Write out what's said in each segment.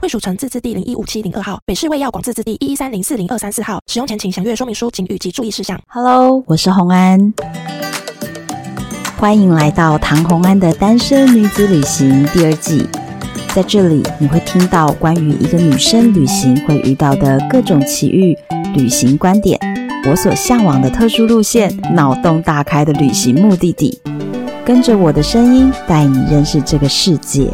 惠蜀城自治地零一五七零二号，北市卫药广自治地一一三零四零二三四号。使用前请详阅说明书请及注意事项。 Hello，我是红安，欢迎来到唐红安的《单身女子旅行》第二季。在这里，你会听到关于一个女生旅行会遇到的各种奇遇、旅行观点，我所向往的特殊路线、脑洞大开的旅行目的地。跟着我的声音，带你认识这个世界。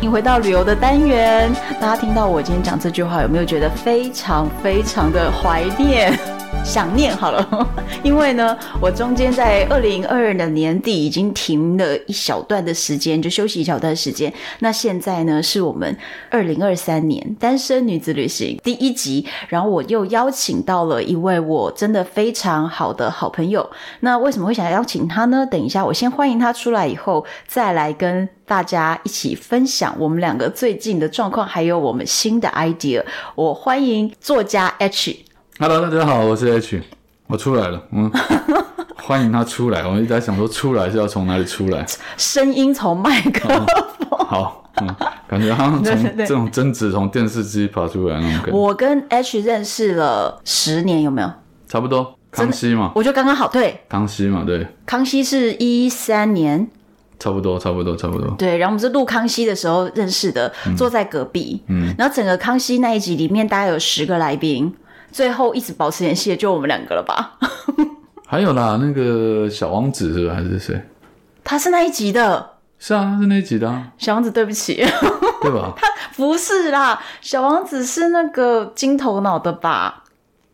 你回到旅游的单元，大家听到我今天讲这句话，有没有觉得非常非常的怀念、 想念？好了， 因为呢，我中间在二零二二的年底已经停了一小段的时间，就休息一小段时间。那现在呢，是我们二零二三年单身女子旅行第一集，然后我又邀请到了一位我真的非常好的好朋友，那为什么会想邀请他呢？等一下，我先欢迎他出来以后，再来跟大家一起分享我们两个最近的状况，还有我们新的 idea。我欢迎作家 H。 Hello，大家好，我是 H，我出来了， 嗯，欢迎他出来。我一直在想说，出来是要从哪里出 来？声音从麦克风，好，嗯，感觉好像对从对对这种争执从电视机爬出来那种感觉，我跟 H 认识了十年，有没有？差不多。康熙嘛，我觉得刚刚好。对，康熙嘛，对，康熙是一三年，差不多，差不多，差不多。对，然后我们是录康熙的时候认识的，坐在隔壁。嗯然后整个康熙那一集里面，大概有十个来宾，最后一直保持联系的就我们两个了吧？还有啦，那个小王子是吧？还是谁？他是那一集的是啊，他是那一集的、啊，小王子，对不 起，对 吧？不是啦，小王子是那个金头脑的吧？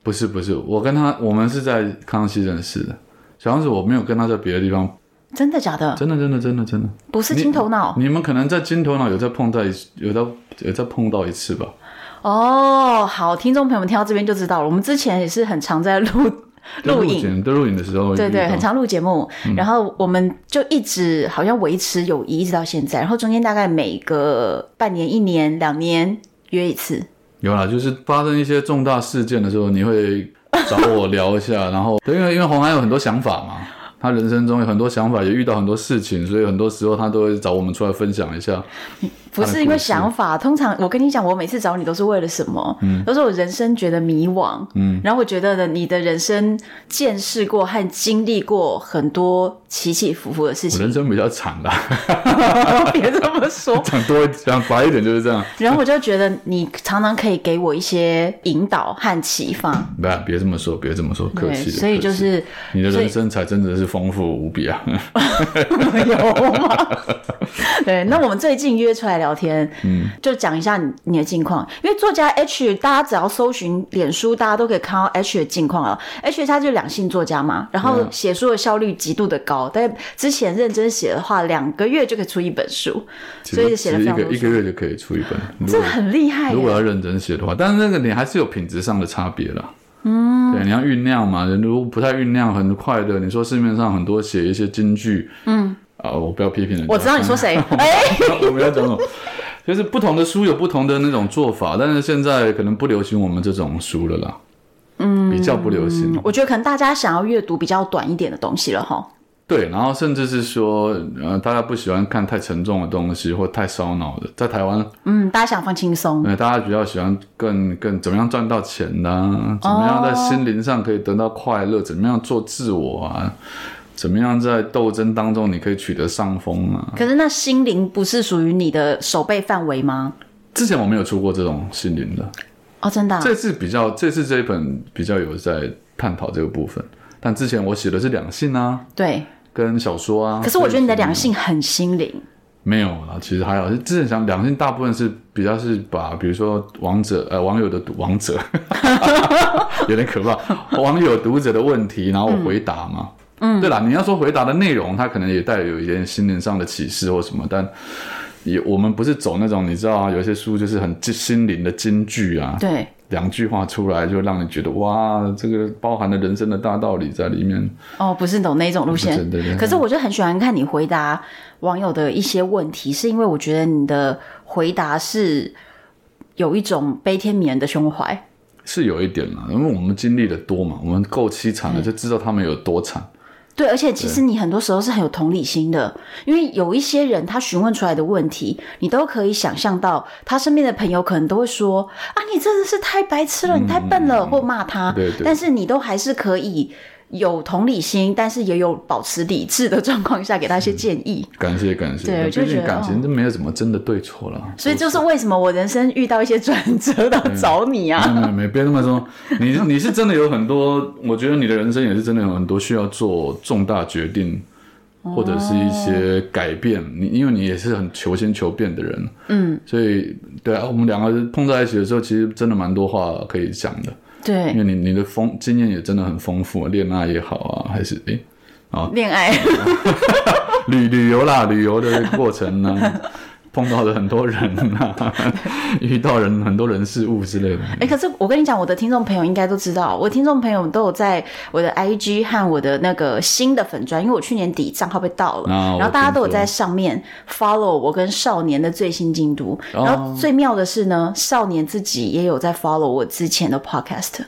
不是，不是，我跟他，我们是在康熙认识的。小王子，我没有跟他在别的地方，真的假的？真的，真的，真的，真的。不是金头脑你们可能在金头脑有在碰到一，有在有在碰到一次吧？哦。好，听众朋友们听到这边就知道了，我们之前也是很常在录在录录影。影，在录影的时候遇到，对嗯对，很常录节目，然后我们就一直好像维持友谊，一直到现在。然后中间大概每隔半年、一年、两年约一次。有啦，就是发生一些重大事件的时候，你会找我聊一下，然后对，因为因为红安有很多想法嘛，他人生中有很多想法，也遇到很多事情，所以很多时候他都会找我们出来分享一下。不他的是因为故事想法，通常我跟你讲，我每次找你都是为了什么？都是我人生觉得迷惘，嗯然后我觉得呢，你的人生见识过和经历过很多起起伏伏的事我人情，生比较惨啦， 别这么说。讲多讲白一点就是这样，然后我就觉得你常常可以给我一些引导和启发，不要别这么说，别这么说，客对，气了。所以客气就了是你的所以人生才真的是丰富无比啊！ 有吗？对，那我们最近约出来聊天，嗯就讲一下你你的近况。因为作家 H，大家只要搜寻脸书，大家都可以看到 H 的近况了。H 啊他就是两性作家嘛，然后对啊写书的效率极度的高，但之前认真写的话，两个月就可以出一本书，其所以实写其了非实一常个多一个书，月就可以出一本，如这果很厉害耶。如果要认真写的话，但是那个你还是有品质上的差别啦。嗯，对，你要酝酿嘛，人如果不太酝酿，很快的。你说市面上很多写一些京剧，嗯，啊、我不要批评人家，我知道你说谁，哎、 我们要讲什么？ 就是不同的书有不同的那种做法，但是现在可能不流行我们这种书了啦。嗯，比较不流行。我觉得可能大家想要阅读比较短一点的东西了哈。对，然后甚至是说，呃，大家不喜欢看太沉重的东西或太烧脑的。在台湾，嗯，大家想放轻松，呃，大家比较喜欢更更怎么样赚到钱呐、怎么样在心灵上可以得到快乐？怎么样做自我啊？怎么样在斗争当中你可以取得上风啊？可是那心灵不是属于你的手背范围吗？之前我没有出过这种心灵的，哦，真的啊、这次比较这次这一本比较有在探讨这个部分，但之前我写的是两性啊，对。跟小说啊。可是我觉得你的两性。性很心灵，没有啦，其实还好。之前想两性大部分是比较是把，比如说网者呃网友的读网 者，有点可怕，网友读者的问题，然后我回答嘛。嗯，对啦，你要说回答的内容，它可能也带有一点心灵上的启示或什么，但也我们不是走那种你知道啊，有些书就是很精心灵的金句啊，对，两句话出来就让你觉得哇，这个包含了人生的大道理在里面。哦，不是走那一种路线不是对对对。可是我就很喜欢看你回答网友的一些问题，是因为我觉得你的回答是有一种悲天悯人的胸怀。是有一点啦，因为我们经历的多嘛，我们够凄惨了，就知道他们有多惨。对，而且其实你很多时候是很有同理心的，因为有一些人他询问出来的问题，你都可以想象到他身边的朋友可能都会说啊，你真的是太白痴了，你太笨了，或骂他。嗯对对但是你都还是可以有同理心，但是也有保持理智的状况下给他一些建议。感谢感谢，对我就毕觉竟得感哦情这没有什么真的对错嗯啦。所以就是为什么我人生遇到一些转 折到找你啊，没有没有，别那么说，你你是真的有很多，我觉得你的人生也是真的有很多需要做重大决定，或者是一些改变。你因为你也是很求新求变的人，嗯，所以对啊，我们两个碰在一起的时候，其实真的蛮多话可以讲的，因对，为你你的丰经验也真的很丰富，恋爱也好啊，还是诶、嗯恋爱，旅 旅游啦，旅游的过程呢、碰到的很多人啊， 遇到人很多人事物之类的。哎、可是我跟你讲，我的听众朋友应该都知道，我听众朋友都有在我的 IG 和我的那个新的粉专，因为我去年底账号被盗了，啊我然后大家都有听说在上面 follow 我跟少年的最新进度。哦然后最妙的是呢，少年自己也有在 follow 我之前的 podcast，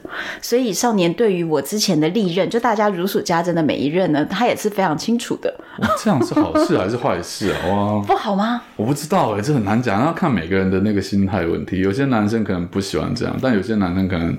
所以少年对于我之前的历任，就大家如数家珍的每一任呢，他也是非常清楚的，哇这样是好事还是坏事啊？哇，不好吗？我不知道哎、这很难讲，要看每个人的那个心态问题。有些男生可能不喜欢这样，但有些男生可能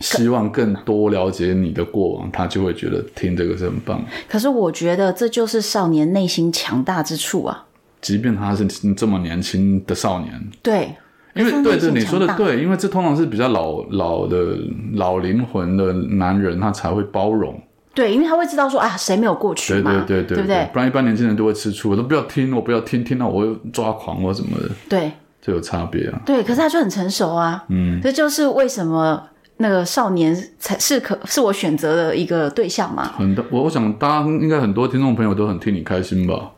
希望更多了解你的过往，他就会觉得听这个是很棒。可是我觉得这就是少年内心强大之处啊。即便他是这么年轻的少年，对，因为他内对心对，你说的强大对，因为这通常是比较老老的老灵魂的男人，他才会包容。对，因为他会知道说啊，谁没有过去对嘛，对对不对？不然一般年轻人都会吃醋，我都不要听，我不要听，听到我会抓狂或什么的，对这有差别啊。对，可是他就很成熟啊，嗯，这就是为什么那个少年才是可是我选择的一个对象嘛。很多，我我想大家应该很多听众朋友都很替你开心吧？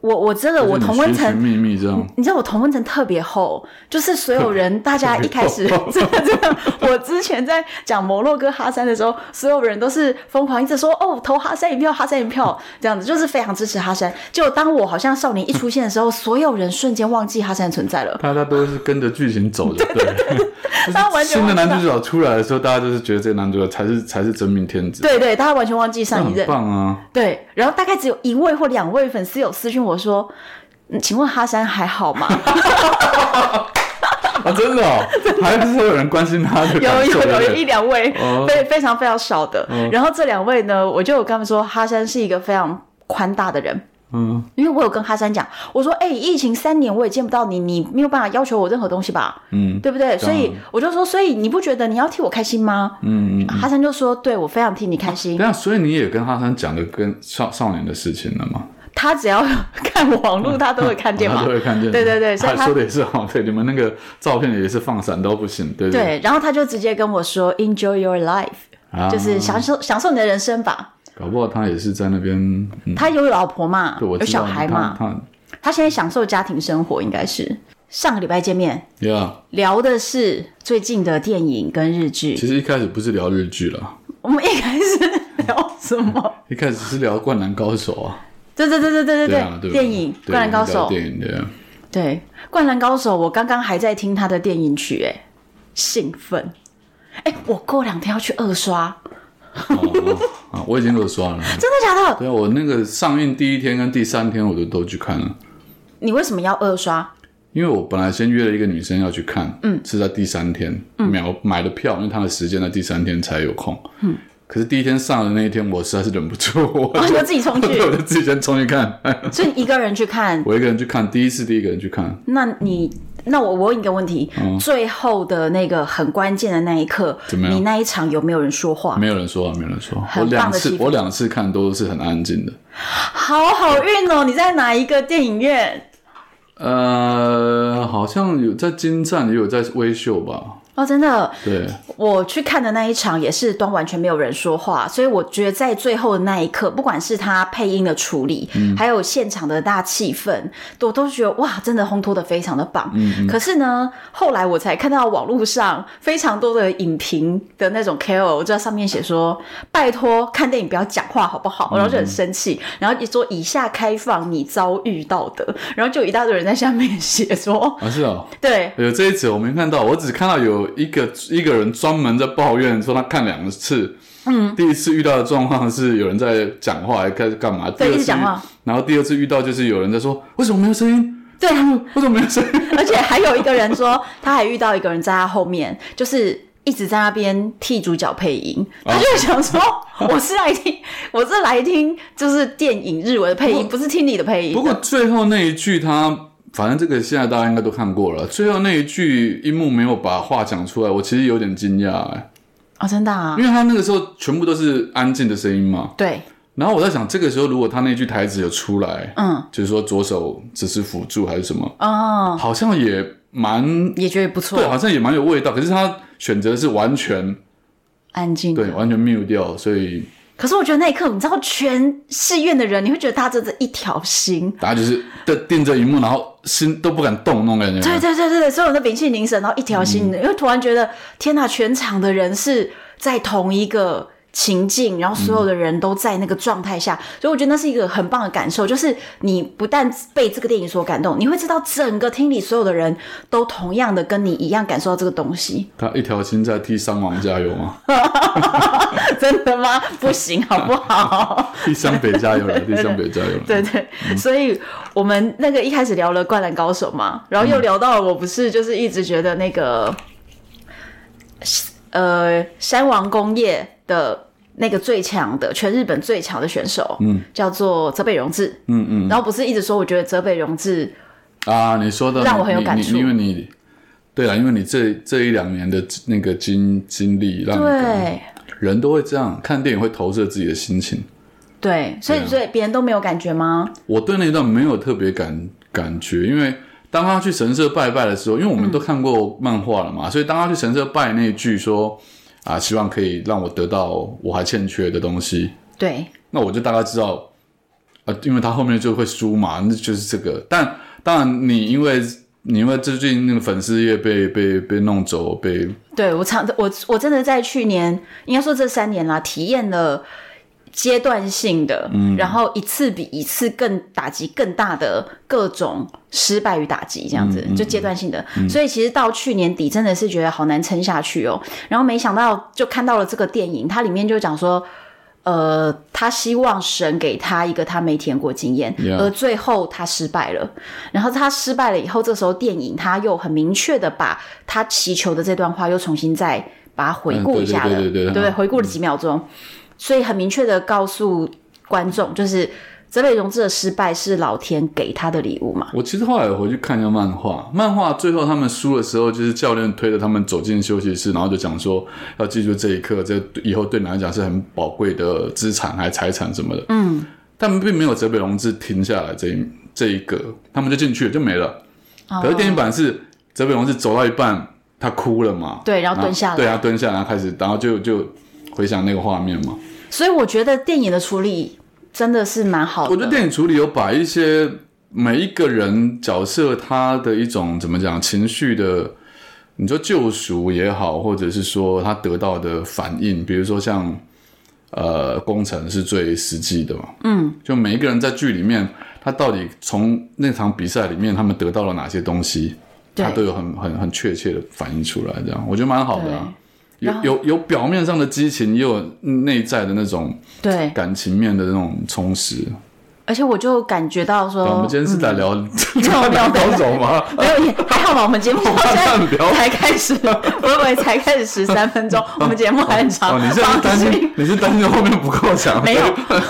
我我真的就是我你同温寻寻层。觅 觅这样，你知道我同温层特别厚，就是所有人，大家一开始真的真的，我之前在讲摩洛哥哈山的时候，所有人都是疯狂一直说哦投哈山一票，哈山一票这样子，就是非常支持哈山。结果当我好像少年一出现的时候，所有人瞬间忘记哈山的存在了。大家都是跟着剧情走就对了。 就是大家完全新的男忘主记角出来的时候，大家就是觉得这个男主角才是才是真命天子，，对对，大家完全忘记上一很任。棒啊！对，然后大概只有一位或两位粉丝有私讯我说。嗯请问哈山还好吗？啊，真的 哦，还是会有人关心他的有感有受 有 对有不对一两位，哦非非常非常少的。然后这两位呢，我就有跟他们说，哈山是一个非常宽大的人，嗯，因为我有跟哈山讲，我说，哎、疫情三年我也见不到你，你没有办法要求我任何东西吧？嗯对不对？所以我就说，所以你不觉得你要替我开心吗？嗯嗯。哈山就说，对我非常替你开心对。啊，所以你也跟哈桑讲的跟少少年的事情了嘛？ 哦他只要 看网络，他都会看见他 嘛都。会看见。对对对所以他他说的也是好，对，你们那个照片也是放闪都不行，对对对，然后他就直接跟我说，Enjoy your life。啊就是享受享受你的人生吧。搞不好他也是在那边，嗯，他有老婆嘛，对我有知道小孩他嘛，他他现在享受家庭生活，应该是上个礼拜见面呀，聊的是最近的电影跟日其剧。实一开始不是聊日剧啦，我们一开始聊什么？ 一开始是聊《灌篮高手》啊，对对对对对对啊，对吧电影《对啊灌篮高聊手》电影的，对《灌篮高手》，我刚刚还在听他的电影曲，哎，兴奋。哎，我过两天要去二刷，哦 啊，我已经二刷了。真的假的？对啊，我那个上映第一天跟第三天我都都去看了，你为什么要二刷？因为我本来先约了一个女生要去看，嗯，是在第三天嗯秒买了票，因为她的时间在第三天才有空，嗯。可是第一天上的那一天，我实在是忍不住， 我哦你就自己冲去对 我就自己先冲去看。哎所以你一个人去看，我一个人去看，第一次第一个人去看，那你，那我我问一个问题，最后的那个很关键的那一刻，嗯怎么样你那一场有没有人说话？没有人说、啊，没有人说、很棒我两的次气，氛我两次看都是很安静的。好好运哦！你在哪一个电影院？呃，好像有在金站，也有在微秀吧。哦，真的，对，我去看的那一场也是端完全没有人说话，所以我觉得在最后的那一刻，不管是他配音的处理，嗯还有现场的大气氛，我都觉得哇，真的烘托的非常的棒。嗯可是呢，后来我才看到网络上非常多的影评的那种 KOL，我知道上面写说，拜托看电影不要讲话好不嗯好？然后就很生气，然后一说以下开放你遭遇到的，然后就一大堆人在下面写说，啊是哦，对，有这一集我没看到，我只看到有一个一个人专门在抱怨说他看两次，嗯，第一次遇到的状况是有人在讲话，还开始干嘛？对第二一直次讲话遇，然后第二次遇到就是有人在说为什么没有声音？对啊为什么为什么没有声音？而且还有一个人说，他还遇到一个人在他后面，就是一直在那边替主角配音，他就哦想说，我是来听，我是来听，就是电影日文的配音，不是听你的配音。不过最后那一句他。反正这个现在大家应该都看过了。最后那一句樱木没有把话讲出来，我其实有点惊讶、哎，哦，真的啊因，为他那个时候全部都是安静的声音嘛。对，然后我在想，这个时候如果他那句台词有出来，嗯，就是说左手只是辅助还是什么，哦，好像也蛮也觉得不错对，，好啊像也蛮有味道。可是他选择的是完全安静。对，完全 mute 掉，所以可是我觉得那一刻，你知道，全戏院的人，你会觉得他真的一条心。大家就是对盯着荧幕，然后心都不敢动那种感觉。对对对对对，所有人都屏气凝神，然后一条心，嗯因为突然觉得天哪，全场的人是在同一个情境，然后所有的人都在那个状态下，所以我觉得那是一个很棒的感受，就是你不但被这个电影所感动，你会知道整个厅里所有的人都同样的跟你一样感受到这个东西， 他一条心在替伤亡加油嘛，真的吗？不行，好不好？替湘北加油了，替湘北加油 了。对对，嗯所以我们那个一开始聊了《灌篮高手》嘛，然后又聊到了我不是就是一直觉得那个，呃，山王工业的那个最强的全日本最强的选手，嗯，叫做泽北荣治，嗯嗯然后不是一直说我觉得泽北荣治啊，你说的让我很有你感你触因为你对啊了，因为你这这一两年的那个经经历，让你对。人都会这样看电影，会投射自己的心情。啊对，所以所以别人都没有感觉吗？我对那一段没有特别感感觉，因为当他去神社拜拜的时候，因为我们都看过漫画了嘛，所以当他去神社拜那一句说啊，希望可以让我得到我还欠缺的东西，对，那我就大概知道，啊，因为他后面就会输嘛，那就是这个。但当然，你因为你因为最近那个粉丝页被被被弄走，被对我常我我真的在去年，应该说这三年啦，体验了阶段性的，然后一次比一次更打击更大的各种失败与打击，这样子、就阶段性的。所以其实到去年底真的是觉得好难撑下去哦。然后没想到就看到了这个电影，它里面就讲说。呃，他希望神给他一个他没体验过经验 Yeah 而最后他失败了。然后他失败了以后，这时候电影他又很明确的把他祈求的这段话又重新再把它回顾一下了，嗯对对对对不对嗯回顾了几秒钟，所以很明确的告诉观众，就是泽北荣治的失败是老天给他的礼物嘛。我其实后来有回去看一下漫画，漫画最后他们输的时候，就是教练推着他们走进休息室，然后就讲说要记住这一刻，这以后对你来讲是很宝贵的资产还财产什么的。嗯，他们并没有泽北荣治停下来这一这一个，他们就进去了就没了。哦嗯可是电影版是泽北荣治走到一半，他哭了嘛？对然后蹲下来啊对，他蹲下来然后开始，然后就就回想那个画面嘛。所以我觉得电影的处理真的是蛮好的。我觉得电影处理有把一些每一个人角色他的一种怎么讲情绪的，你说救赎也好，或者是说他得到的反应，比如说像呃工程是最实际的 嘛，嗯，就每一个人在剧里面，他到底从那场比赛里面他们得到了哪些东西，对他都有很很很确切的反映出来，这样我觉得蛮好的、啊。对有然后有有表面上的激情，也有内在的那种对，感情面的那种充实。而且我就感觉到说，嗯对啊我们今天是在聊 聊聊高手吗？ 没有，也还好吧。我们节目到现慢慢在聊哦才开始，我以为才开始十三分钟，我们节目还很长。哦，你是不是担放心心，你是担心后面不够讲？没有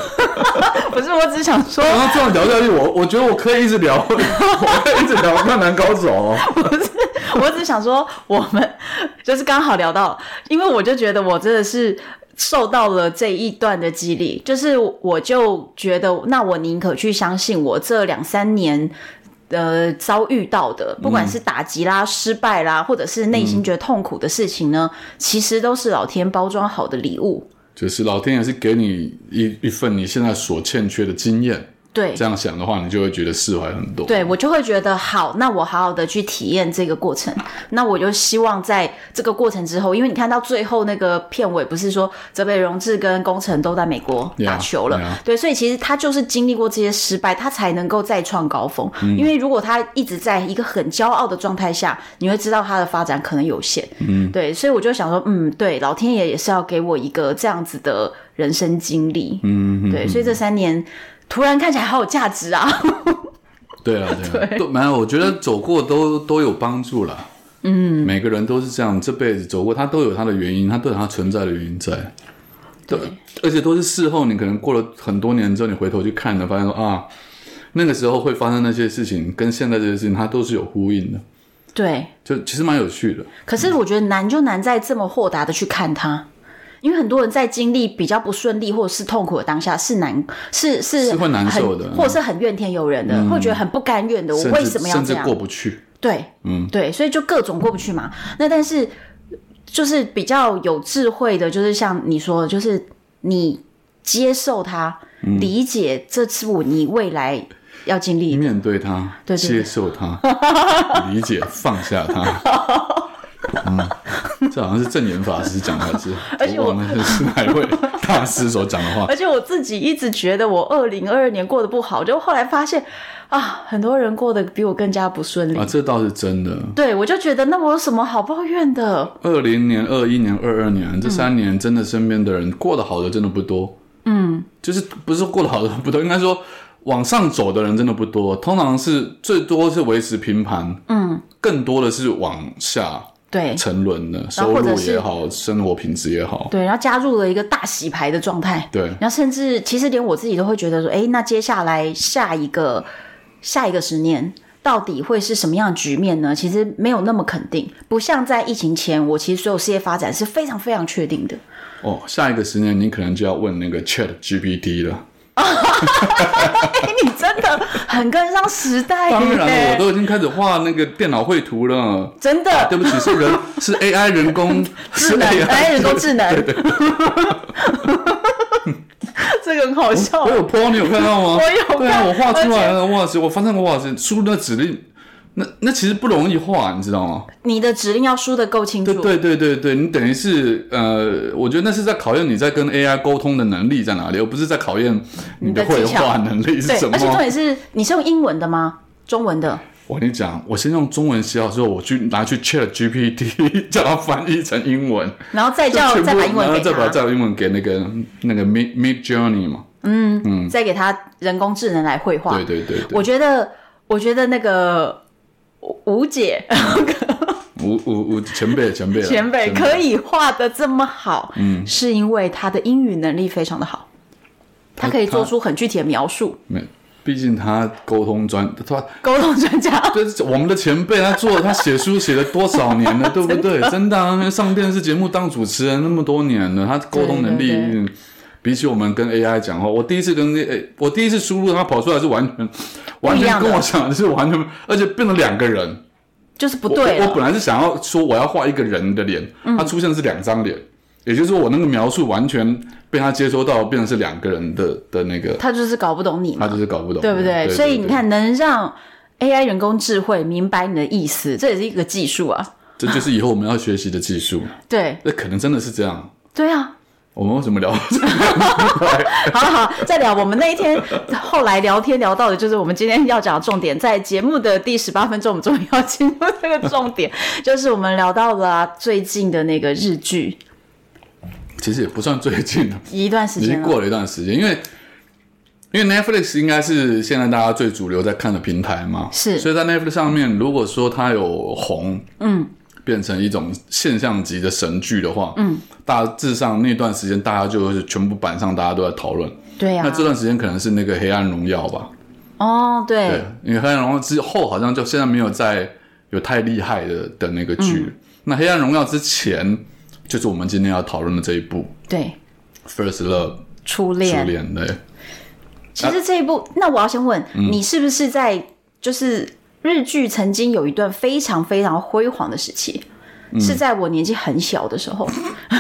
不是，我只想说，然后这样聊下去，我我觉得我可以一直聊， 我可以一直聊《灌篮高手》 哦。我只想说，我们就是刚好聊到，因为我就觉得我真的是受到了这一段的激励，就是我就觉得，那我宁可去相信我这两三年。呃遭遇到的，不管是打击啦、失败啦，或者是内心觉得痛苦的事情呢，其实都是老天包装好的礼物。就是老天也是给你一一份你现在所欠缺的经验。对，这样想的话，你就会觉得释怀很多。对我就会觉得好，那我好好的去体验这个过程。那我就希望在这个过程之后，因为你看到最后那个片尾，不是说泽北荣治跟工程都在美国 Yeah，打球了 yeah 对，所以其实他就是经历过这些失败，他才能够再创高峰。嗯因为如果他一直在一个很骄傲的状态下，你会知道他的发展可能有限。嗯，对，所以我就想说，嗯，对，老天爷也是要给我一个这样子的人生经历。嗯，嗯，对，所以这三年突然看起来好有价值啊。 对啊，对啊，都没有，我觉得走过都都有帮助啦。嗯，每个人都是这样，这辈子走过，他都有他的原因，他都有他存在的原因在。对，而且都是事后，你可能过了很多年之后，你回头去看了，发现说啊，那个时候会发生那些事情，跟现在这些事情，它都是有呼应的，对，就其实蛮有趣的。可是我觉得难就难在这么豁达的去看它，因为很多人在经历比较不顺利或者是痛苦的当下是难是是是会难受的嗯很或者是很怨天尤人的，会觉得很不甘愿的。我甚为至什么要甚这至样过？不去？对，嗯，对，所以就各种过不去嘛。那但是就是比较有智慧的，就是像你说的，就是你接受它，嗯理解这是我你未来要经历的。面对它，对对对接 受它，理解，放下它。嗯，这好像是正言法师讲的，还是而且我我忘了是哪一位大师所讲的话 而。且我自己一直觉得我二零二二年过得不好，就后来发现啊，很多人过得比我更加不顺利。啊，这倒是真的。对，我就觉得那我有什么好抱怨的？二零年、二一年、二二嗯年这三年，真的身边的人过得好的真的不多。嗯，就是不是过得好的不多，应该说往上走的人真的不多，通常是最多是维持平盘，嗯，更多的是往下对沉沦的，然收后或者入是也好，生活品质也好。对，然后加入了一个大洗牌的状态，对，然后甚至其实连我自己都会觉得说，哎，那接下来下一个下一个十年。到底会是什么样的局面呢？其实没有那么肯定，不像在疫情前，我其实所有事业发展是非常非常确定 的。哦，下一个十年你可能就要问那个 Chat GPT 了。哎，你真的很跟上时代耶，当然了，我都已经开始画那个电脑绘图了。真的、啊，对不起，是人，是 AI 人工智能，是 AI 哎，人工智能， 这个很好笑我。有 po，你有看到吗？我有看对啊，我画出来了，哇塞！我发现我哇塞，输那指令，那那其实不容易画，你知道吗？你的指令要输的够清楚对，对对对对，你等于是呃，我觉得那是在考验你在跟 AI 沟通的能力在哪里，而不是在考验你的你的绘技巧画能力是对什么。而且重点是，你是用英文的吗？中文的？我跟你讲，我先用中文写好之后，我去拿去 Chat GPT 叫它翻译成英文，然后再就哎叫全部再把英文然后给再把他，再把英文给那个那个 Mid Mid Journey 嘛。再给他人工智能来绘画。对对对对，我觉得，我觉得那个吴吴姐啊我我我前辈前辈啦 前辈可以画的这么好，嗯，是因为她的英语能力非常的好，她可以做出很具体的描述。没，毕竟他沟通专，他沟通专家， 对我们的前辈，他做他写书写了多少 年了，对不对？真的、啊，那上电视节目当主持人那么多年了，他沟通能力。对对嗯比起我们跟 AI 讲话，我第一次跟 A，我哎第一次输入，他跑出来是完全，完一全样的跟我想的是完全，而且变成两个人。就是不我对我了。嗯我本来是想要说我要画一个人的脸，他出现的是两张脸，也就是说我那个描述完全被他接收到，变成是两个人的的那个，他就是搞不懂你嘛，他就是搞不懂，对不对？所以你看，能让 AI 人工智慧明白你的意思，这也是一个技术啊。这就是以后我们要学习的技术。对，那可能真的是这样。对啊。 我们为什么聊到这个？好了好，再聊。我们那一天后来聊天聊到的就是我们今天要讲的重点，在节目的第十八分钟，我们终于要进入这个重点，就是我们聊到了啊、最近的那个日剧，其实也不算最近了，一段时已间经了。过了一段时间，因为因为 Netflix 应该是现在大家最主流在看的平台嘛，是所以在 Netflix 上面，如果说它有红，嗯，变成一种现象级的神剧的话，嗯，大致上那段时间大家就是全部板上大家都在讨论。对啊那，这段时间可能是那个《黑暗荣耀》吧，哦，对对，，因为黑暗荣耀之后好像就现在没有再有太厉害的的那个剧。嗯那黑暗荣耀之前，就是我们今天要讨论的这一部对， 《First Love》初初恋，恋，对，嗯其实这一部，那我要先问、你，是不是在就是日剧曾经有一段非常非常辉煌的时期，嗯是在我年纪很小的时候，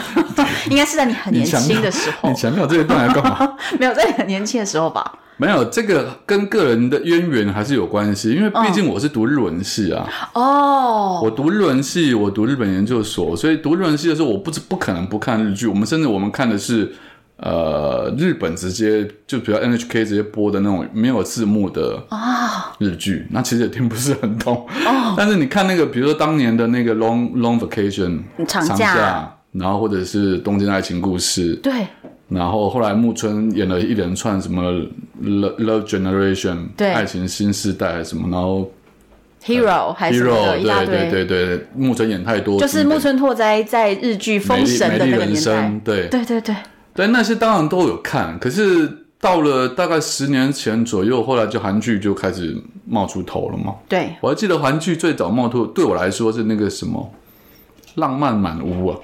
应该是在你很年轻的时候你，强调这一段要干嘛？ 没有在你很年轻的时候吧？没有，这个跟个人的渊源还是有关系，因为嗯毕竟我是读日文系啊，哦，我读日文系，我读日本研究所，所以读日文系的时候，我不是不可能不看日剧，我们甚至我们看的是。呃，日本直接就比如 NHK 直接播的那种没有字幕的啊，日剧，那其实也听不是很懂。哦但是你看那个，比如说当年的那个 Long Long Vacation 长假然后或者是《东京爱情故事》，对然后后来木村演了一连串什么 Love Love Generation，对爱情新世代什么，然后，Hero 还是什么 Hero，的一大对对堆，对对，木村演太多，就是木村拓哉在日剧美封丽神美的丽那个人年代生，，对对对对，对，那些当然都有看，可是到了大概十年前左右，后来就韩剧就开始冒出头了嘛。对，我还记得韩剧最早冒出，对我来说是那个什么《浪漫满屋》啊，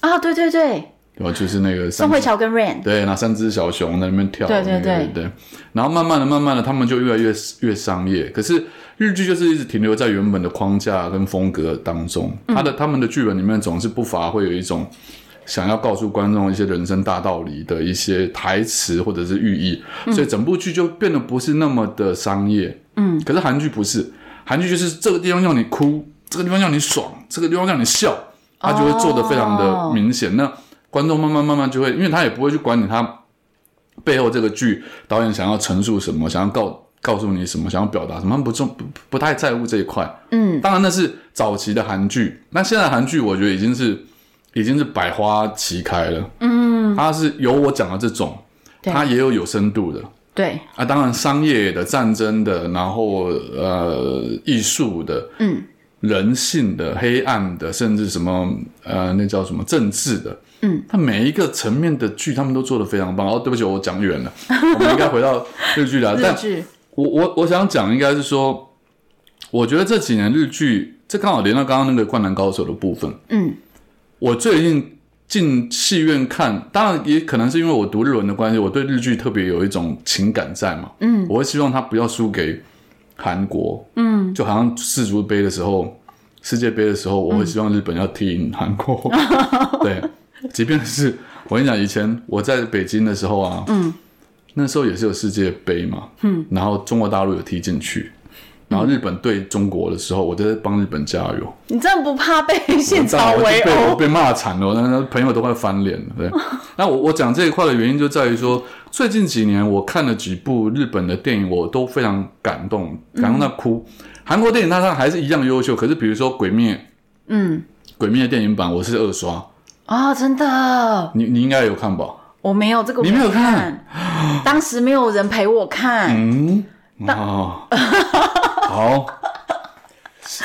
啊，对对对，对吧？就是那个三宋慧乔跟 Rain，对，那三只小熊在那边跳，对对那个对对。然后慢慢的、慢慢的，他们就越来越越商业。可是日剧就是一直停留在原本的框架跟风格当中，嗯他的他们的剧本里面总是不乏会有一种想要告诉观众一些人生大道理的一些台词或者是寓意，嗯所以整部剧就变得不是那么的商业。嗯，可是韩剧不是，韩剧就是这个地方要你哭，这个地方要你爽，这个地方要你笑，他就会做的非常的明显。那观众慢慢慢慢就会，因为他也不会去管你他背后这个剧导演想要陈述什么，想要告告诉你什么，想要表达什么，他们不重不不太在乎这一块。嗯，当然那是早期的韩剧，那现在的韩剧我觉得已经是已经是百花齐开了。嗯，它是有我讲的这种，对它也有有深度的。对，啊，当然商业的、战争的，然后呃艺术的，嗯，人性的、黑暗的，甚至什么呃那叫什么政治的，嗯，它每一个层面的剧，他们都做的非常棒。哦，对不起，我讲 远了，我们应该回到日剧来。日呃但剧，我我我想讲应该是说，我觉得这几年日剧，这刚好连到刚刚那个《灌篮高手》的部分，嗯，我最近进戏院看，当然也可能是因为我读日文的关系，我对日剧特别有一种情感在嘛。嗯，我会希望它不要输给韩国。嗯，就好像世足杯的时候、嗯世界杯的时候，我会希望日本要踢赢韩国。 对，即便是我跟你讲，以前我在北京的时候啊，嗯，那时候也是有世界杯嘛，嗯，然后中国大陆有踢进去。然后日本对中国的时候，我都在帮日本加油。你真的不怕被现我场就围被我殴？被骂惨了，我那那朋友都快翻脸了。 对，那我我讲这一块的原因就在于说，最近几年我看了几部日本的电影，我都非常感动，感动到哭。韩国电影它它还是一样优秀，可是比如说《鬼灭》，《嗯，鬼灭》电影版我是二刷，啊，真的，你你应该有看吧？我没有这个，你没有看， 当时没有人陪我看，嗯，哦，好，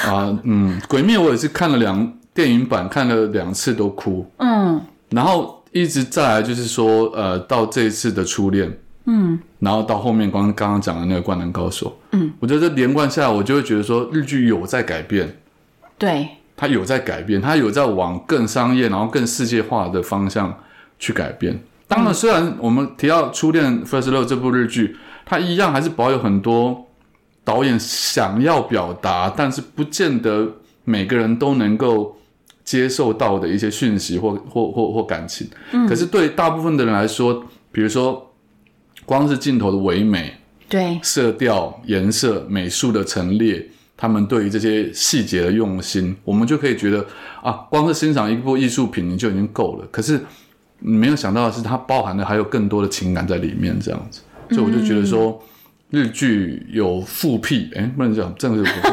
啊，嗯，《鬼灭》我也是看了两电影版，看了两次都哭。嗯然后一直再来就是说，呃，到这一次的初恋，嗯，然后到后面刚刚刚讲的那个《灌篮高手》，嗯，我觉得这连贯下来，我就会觉得说，日剧有在改变，对，它有在改变，它有在往更商业，然后更世界化的方向去改变。当然，虽然我们提到《初恋 First Love》这部日剧，它一样还是保有很多导演想要表达，但是不见得每个人都能够接受到的一些讯息或或或或感情。可是对大部分的人来说，比如说光是镜头的唯美、对，色调、颜色、美术的陈列，他们对于这些细节的用心，我们就可以觉得啊，光是欣赏一部艺术品你就已经够了。可是你没有想到的是，它包含的还有更多的情感在里面，这样子。所以我就觉得说，日剧有复辟，哎、不能讲，真的是有复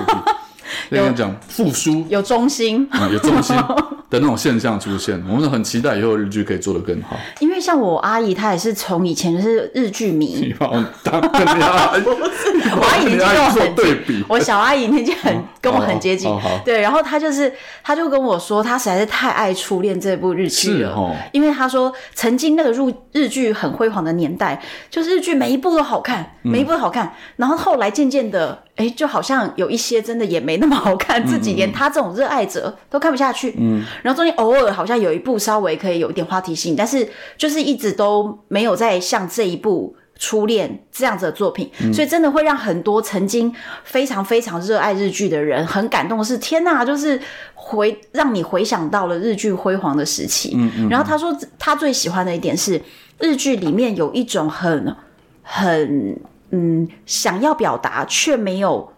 辟，应该讲复苏有中心，啊、有 重心的那种现象出现。我们很期待以后日剧可以做得更 好。因为像我阿姨，她也是从以前就是日剧迷你，把我当跟你阿姨， 我阿姨年纪跟我做很对近，比，我小阿姨年纪很跟我很接近哦哦好，对，然后她就是，她就跟我说，她实在是太爱《初恋》这部日剧是了，哦，因为她说曾经那个入日剧很辉煌的年代，就是日剧每一部都好看，嗯每一部都好看，然后后来渐渐的，哎，就好像有一些真的也没那么好嗯看，自己连她这种热爱者都看不下去，嗯，然后中间偶尔好像有一部稍微可以有一点话题性，但是就是一直都没有在像这一部。初恋这样子的作品，嗯所以真的会让很多曾经非常非常热爱日剧的人很感动的是，天呐，就是回让你回想到了日剧辉煌的时期。嗯嗯然后他说他最喜欢的一点是日剧里面有一种很很嗯想要表达却没有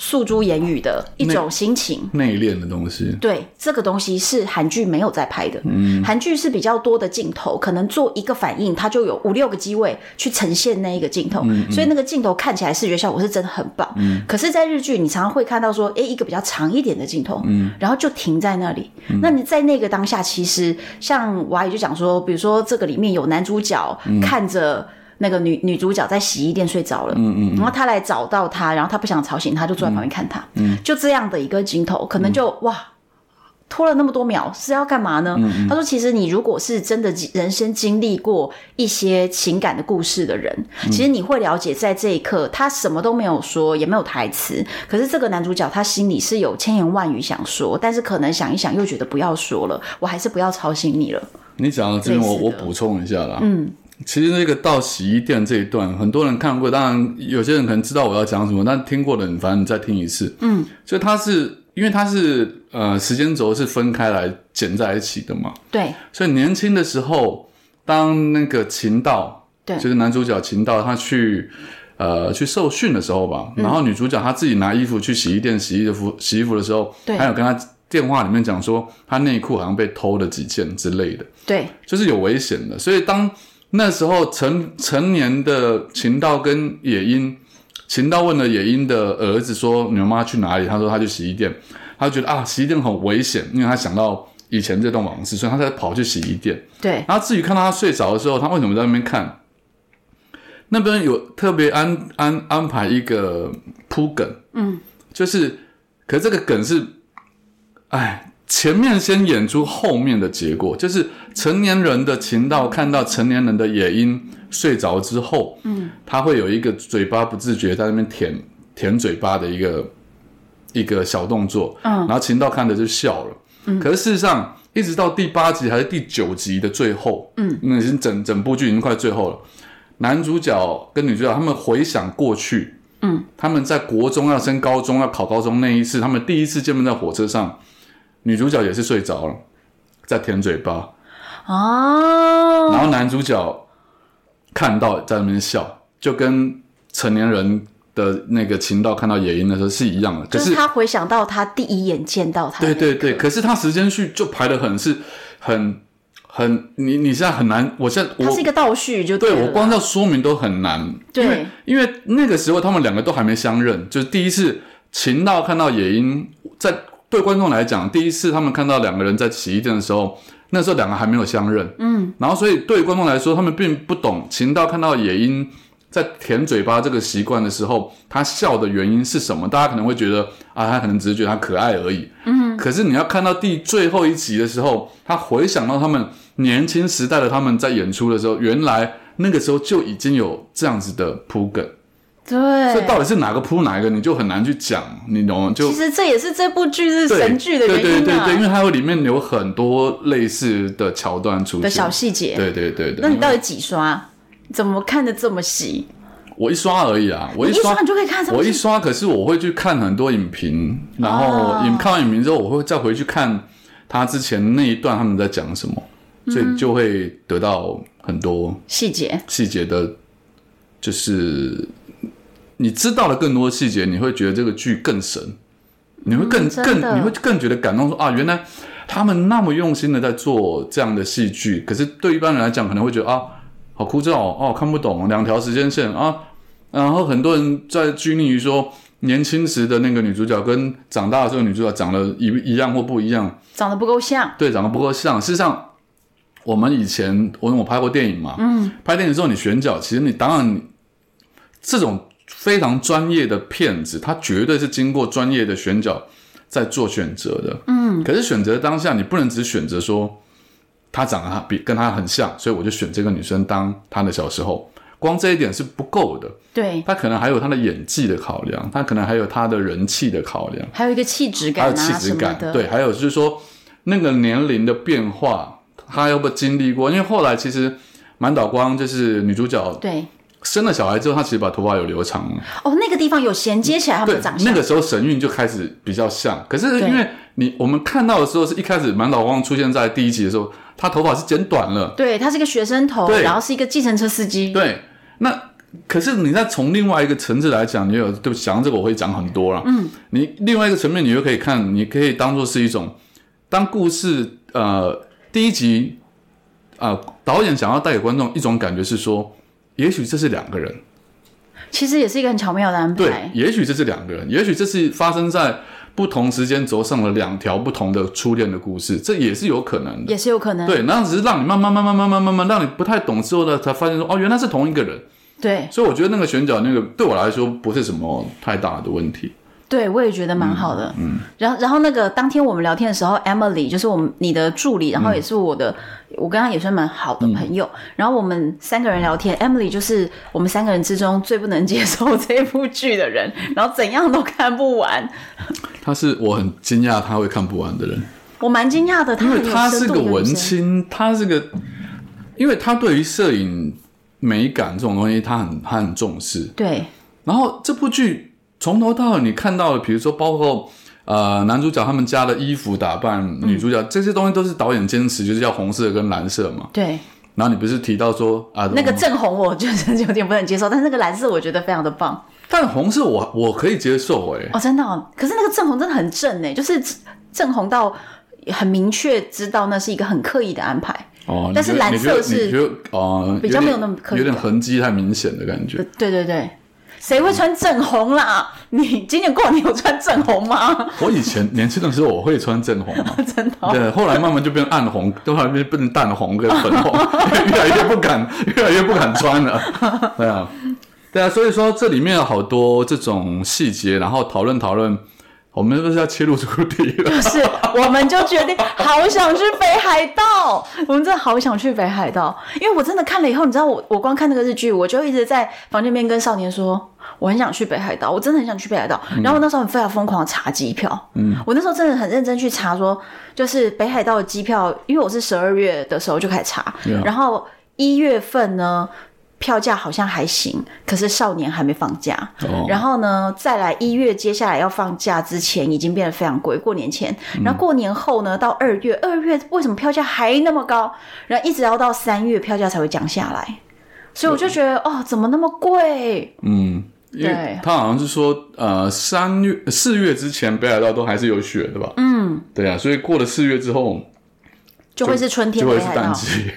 诉诸言语的一种心情。内敛的东西，对，这个东西是韩剧没有在拍的。嗯韩剧是比较多的镜头，可能做一个反应，它就有五六个机位去呈现那一个镜头，嗯所以那个镜头看起来视觉效果是真的很棒。可是，在日剧你常常会看到说，诶，一个比较长一点的镜头，嗯然后就停在那里。那你在那个当下，其实像娃也就讲说，比如说这个里面有男主角嗯看着。那个女女主角在洗衣店睡着了，嗯嗯嗯然后他来找到她，然后她不想吵醒她，就坐在旁边看她，就这样的一个镜头，可能就、哇，拖了那么多秒是要干嘛呢？嗯他说，其实你如果是真的人生经历过一些情感的故事的人，嗯其实你会了解，在这一刻他什么都没有说，也没有台词，可是这个男主角他心里是有千言万语想说，但是可能想一想又觉得不要说了，我还是不要吵醒你了。你讲到这边，我类似的我补充一下啦。嗯，其实那个到洗衣店这一段，很多人看过，当然有些人可能知道我要讲什么，但听过的人，反正你再听一次。嗯，所以它是因为它是呃时间轴是分开来剪在一起的嘛，对所以年轻的时候，当那个秦道，对就是男主角秦道，他去呃去受训的时候吧，嗯然后女主角她自己拿衣服去洗衣店洗衣服洗衣服的时候，对还有跟她电话里面讲说，她内裤好像被偷了几件之类的。对就是有危险的。所以当那时候成成年的秦道跟野樱，秦道问了野樱的儿子说：“你妈妈去哪里？”他说：“他去洗衣店。”他觉得啊，洗衣店很危险，因为他想到以前这段往事，所以他才跑去洗衣店。对然后至于看到他睡着的时候，他为什么在那边看？那边有特别安安安排一个铺梗，嗯，就是，可是这个梗是，哎，前面先演出后面的结果，就是成年人的情道看到成年人的野樱睡着之后，嗯，他会有一个嘴巴不自觉在那边舔舔嘴巴的一个一个小动作，嗯然后情道看着就笑了，可是事实上，一直到第八集还是第九集的最后，嗯，那已经整整部剧已经快最后了。男主角跟女主角他们回想过去，嗯，他们在国中要升高中要考高中那一次，他们第一次见面在火车上，女主角也是睡着了，在舔嘴巴，哦，然后男主角看到在那边笑，就跟成年人的那个情道看到野樱的时候是一样的，就可是是他回想到他第一眼见到他，对对对，可是他时间序就排的很是很很，你你现在很难，我现在我他是一个倒叙就对了我光要说明都很难，对因为因为那个时候他们两个都还没相认，就是第一次秦道看到野樱，在对观众来讲，第一次他们看到两个人在洗衣店的时候，那时候两个还没有相认，嗯，然后所以对观众来说，他们并不懂秦道看到野樱在舔嘴巴这个习惯的时候，他笑的原因是什么？大家可能会觉得啊，他可能只是觉得他可爱而已，嗯，可是你要看到第最后一集的时候，他回想到他们年轻时代的他们在演出的时候，原来。那个时候就已经有这样子的铺梗，对，所以到底是哪个铺哪一个，你就很难去讲，你懂吗？就其实这也是这部剧是对神剧的原因啊，对对对对，因为它有里面有很多类似的桥段出现的小细节。对对对对，那你到底几刷？怎么看得这么细？我一刷而已啊，我你一刷刷你就可以看上去我一刷，可是我会去看很多影评，然后影、看完影评之后，我会再回去看他之前那一段他们在讲什么，所以就会得到很多细节细节的，就是你知道了更多细节，你会觉得这个剧更神，你会更、嗯真的更你会更觉得感动说，啊，原来他们那么用心的在做这样的戏剧，可是对一般人来讲可能会觉得啊，好枯燥哦，哦看不懂两条时间线啊，然后很多人在拘泥于说。年轻时的那个女主角跟长大的时候的女主角长得一一样或不一样，长得不够像，对，长得不够像。事实上，我们以前我我拍过电影嘛，嗯，拍电影之后你选角，其实你当然你这种非常专业的片子，它绝对是经过专业的选角在做选择的，嗯。可是选择当下，你不能只选择说她长得她比跟她很像，所以我就选这个女生当她的小时候。光这一点是不够的，对，她可能还有她的演技的考量，她可能还有她的人气的考量。还有一个气质还感有啊气质什么感，的，对，还有就是说那个年龄的变化，他要不经历过？因为后来其实满岛光就是女主角对生了小孩之后，他其实把头发有留长了。哦，那个地方有衔接起来他们对的长，相。那个时候神韵就开始比较像。可是对因为你我们看到的时候，是一开始满岛光出现在第一集的时候，他头发是剪短了。对他是一个学生头，对然后是一个计程车司机。对，那可是你再从另外一个层次来讲，你有对不起，讲到这个我会讲很多了。嗯，你另外一个层面，你就可以看，你可以当做是一种，当故事呃第一集啊、呃导演想要带给观众一种感觉是说，也许这是两个人，其实也是一个很巧妙的安对排，。也许这是两个人，也许这是发生在不同时间轴上的两条不同的初恋的故事，这也是有可能的也。是有可能。对，那只是让你慢慢慢慢慢慢慢慢，让你不太懂之后呢，才发现说，哦，原来是同一个人。对所以我觉得那个选角那个对我来说不是什么太大的问题。对，我也觉得蛮好的。嗯，然后然后那个当天我们聊天的时候，Emily 就是我们你的助理，然嗯后也是我的，我跟她也算蛮好的朋友。然后我们三个人聊天，Emily 就是我们三个人之中最不能接受这部剧的人， 然后怎样都看不完。他是我很惊讶他会看不完的人，我蛮惊讶的，她因为很有他深是度个的女文生，青，他是个，因为他对于摄影美感这种东西，他很他很重视。对然后这部剧从头到尾你看到的，比如说包括呃男主角他们家的衣服打扮，女主角、嗯这些东西都是导演坚持就是要红色跟蓝色嘛。对，然后你不是提到说啊那个我们正红我 就是有点不能接受，但是那个蓝色我觉得非常的棒但红色我我可以接受哎、哦，真的、哦。可是那个正红真的很正哎，就是正红到很明确知道那是一个很刻意的安排。哦，但是蓝色是你觉得你觉得呃比较没有那么刻意有的点痕迹太明显的感觉。呃对对对，谁会穿正红啦？你今年过年有穿正红吗？ 我以前年轻的时候我会穿正红嘛，真的哦、对，后来慢慢就变暗红，后来变变成淡红跟粉 红，越来越不敢，越来越不敢穿了。对啊，对啊，所以说这里面有好多这种细节，然后讨论讨论，我们是不是要切入主题 了？是，我们就决定好想去北海道，我们真的好想去北海道，因为我真的看了以后，你知道我我光看那个日剧，我就一直在房间边跟少年说，我很想去北海道，我真的很想去北海道。然后我那时候很非常疯狂地查机票，嗯，我那时候真的很认真去查说，就是北海道的机票，因为我是十二月的时候就开始查 Yeah 然后一月份呢。票价好像还行，可是少年还没放假，哦然后呢，再来一月，接下来要放假之前已经变得非常贵，过年前，嗯然后过年后呢，到二月，二月为什么票价还那么高？然后一直要到三月，票价才会降下来。所以我就觉得，哦，怎么那么贵？嗯，因为对他好像是说，呃，三月四月之前北海道都还是有雪的吧？嗯，对啊，所以过了四月之后就会是春天就的会北是海淡道季。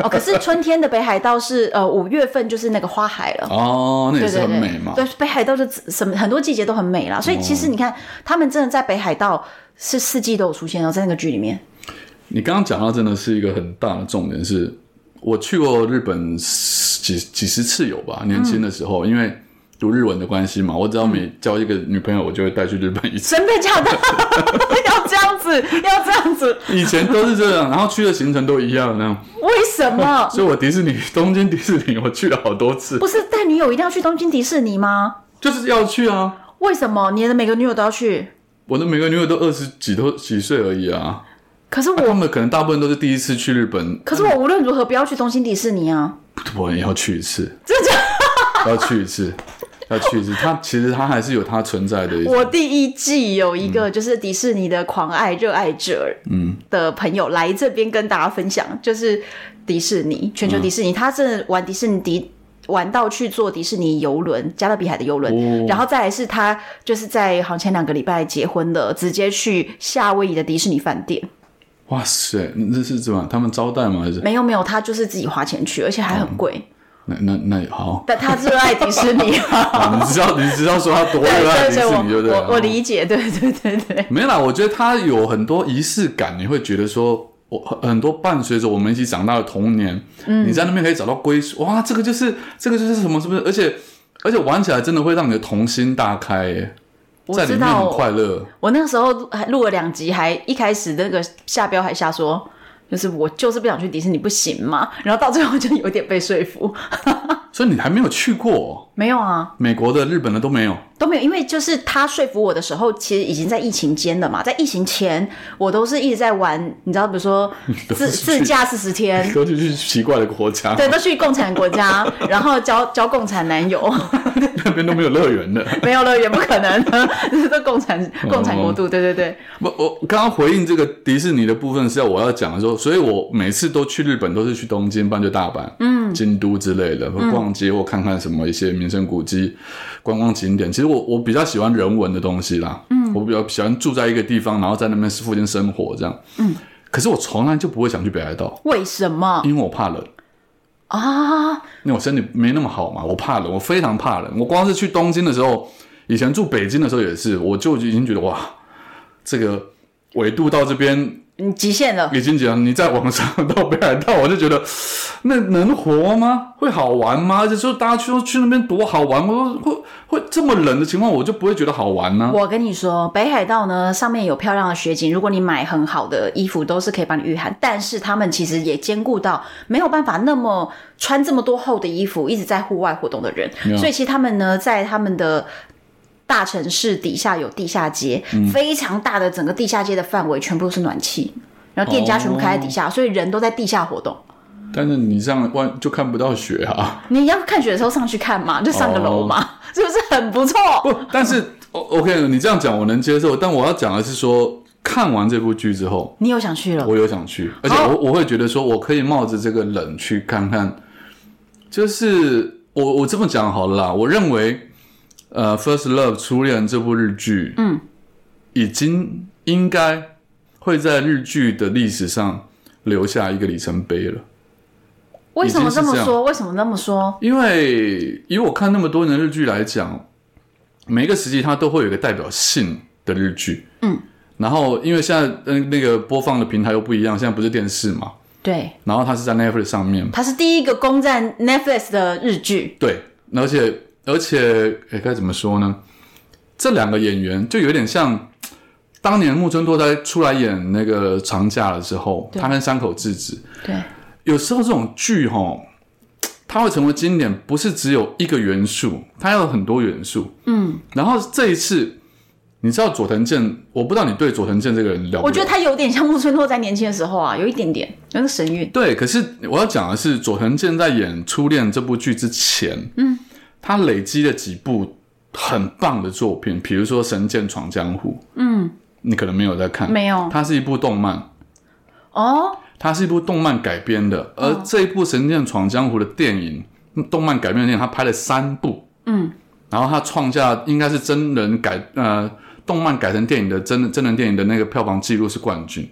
哦。可是春天的北海道是呃五月份就是那个花海了。哦，那也对是对很对，美嘛。嗯对，北海道就什么很多季节都很美啦，所以其实你看，他们真的在北海道是四季都有出现哦，在那个剧里面。你刚刚讲到真的是一个很大的重点是，我去过日本十几几十次有嗯吧，年轻的时候，因为读日文的关系嘛，我只要每交一个女朋友，我就会带去日本 一次。真被吓到，要这样子，要这样子，以前都是这样，然后去的行程都一样那样，为什么？所以我迪士尼东京迪士尼我去了好多次不，是带女友一定要去东京迪士尼吗？就是要去啊。为什么你的每个女友都要去？我的每个女友都二十几多几岁而已啊，可是啊他我，们可能大部分都是第一次去日本，可是我无论如何不要去东京迪士尼啊！我也要去一次，真的，要去一次，要去一次。它其实它还是有它存在的一我第一季有一嗯个就是迪士尼的狂爱热爱者，嗯，的朋友来这边跟大家分享，就是迪士尼全球迪士尼，他真的玩迪士尼迪。玩到去坐迪士尼游轮，加勒比海的游轮，哦然后再来是他就是在好像前两个礼拜结婚了，直接去夏威夷的迪士尼饭店。哇塞，那是怎么？他们招待吗？还是没有没有，他就是自己花钱去，而且还很贵。，那那那也好但他热爱迪士 尼、啊你知道你知道说他多对热爱迪 对对，士尼，对不对？我我我哦理解，对对对对没啦，我觉得他有很多仪式感，你会觉得说。我很很多伴随着我们一起长大的童年，嗯、你在那边可以找到归属，哇，这个就是这个就是什么，是不是？而且而且玩起来真的会让你的童心大开耶，我在里知面道很快乐。我那个时候录还录了两集，还一开始那个下标还下说，就是我就是不想去迪士尼，不行吗？然后到最后就有点被说服。所以你还没有去过哦没有啊，美国的、日本的都没 有。都没有，因为就是他说服我的时候，其实已经在疫情间了嘛，在疫情前，我都是一直在玩，你知道，比如说自自驾四十 天，都是去奇怪的国家，对，都去共产国家，然后交交共产男友， 那边都没有乐园 的。没有乐园不可能， 这都共产共产国度，对对对，不，我刚刚回应这个迪士尼的部分是要我要讲的时候，所以我每次都去日本都是去东京，不然就大阪、嗯、京都之类的，会逛街或看看什么一些名胜古迹、观光景点。其实我我比较喜欢人文的东西啦，嗯，我比较喜欢住在一个地方，然后在那边附近生活这样，嗯。可是我从来就不会想去北海道，为什么因为我怕冷。啊？因为我身体没那么好嘛，我怕冷，我非常怕冷。我光是去东京的时候，以前住北京的时候也是，我就已经觉得哇，这个纬度到这边你极限了，已经讲，你再往上到北海道，我就觉得那能活吗？会好玩吗？而且说大家去说去那边多好玩，我说会会这么冷的情况，我就不会觉得好玩啊呢、我跟你说，北海道呢上面有漂亮的雪景，如果你买很好的衣服，都是可以帮你御寒。但是他们其实也兼顾到没有办法那么穿这么多厚的衣服一直在户外活动的人， Yeah. 所以其实他们呢在他们的。大城市底下有地下街，嗯非常大的整个地下街的范围全部都是暖气，然后店家全部开在底哦下所以人都在地下活动。但是你这样外就看不到雪啊。你要看雪的时候上去看嘛，就上个楼哦嘛是不是很不错？不，但是 O OK，你这样讲我能接受，但我要讲的是说，看完这部剧之后，你有想去了？我有想去，而且我我会觉得说，我可以冒着这个冷去看看。就是我我这么讲好了啦，我认为，呃，《First Love》初恋这部日剧，嗯，已经应该会在日剧的历史上留下一个里程碑了。为什么这已经是么这样说？为什么那么说？因为以我看那么多年的日剧来讲，每一个时期它都会有一个代表性的日剧，嗯，然后因为现在嗯那个播放的平台又不一样，现在不是电视嘛，对，然后它是在 Netflix 上面，它是第一个攻占 Netflix 的日剧，对，而且而且诶该怎么说呢？这两个演员就有点像当年木村拓哉出来演那个长假的时候，他跟山口智子，对，有时候这种剧哈，它会成为经典，不是只有一个元素，它要有很多元素。嗯，然后这一次，你知道佐藤健，我不知道你对佐藤健这个人了不我了解，觉得它有点像木村拓哉年轻的时候啊，有一点点有那个神韵，对，可是我要讲的是，佐藤健在演《初恋》这部剧之前，嗯，他累积了几部很棒的作品，比如说《神剑闯江湖》，嗯，你可能没有在看，没有它是一部动漫，哦，它是一部动漫改编的，而这一部《神剑闯江湖》的电影，动漫改编的电影，他拍了三部，嗯，然后他创下应该是真人改呃动漫改成电影的真真人电影的那个票房记录是冠军，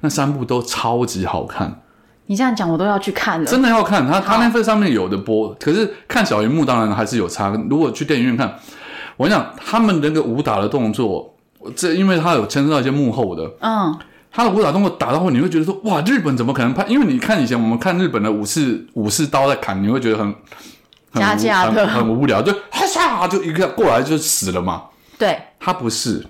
那三部都超级好看。你这样讲我都要去看了，真的要看它，它好那份上面有的播，可是看小荧幕当然还是有差。如果去电影院看，我跟你讲他们那个武打的动作，这因为它有牵涉到一些幕后的，嗯，他的武打动作打到后，你会觉得说哇，日本怎么可能拍？因为你看以前我们看日本的武士武士刀在砍，你会觉得很很假无假的很很无聊，就哈嚓就一个过来就死了嘛。对，他不是，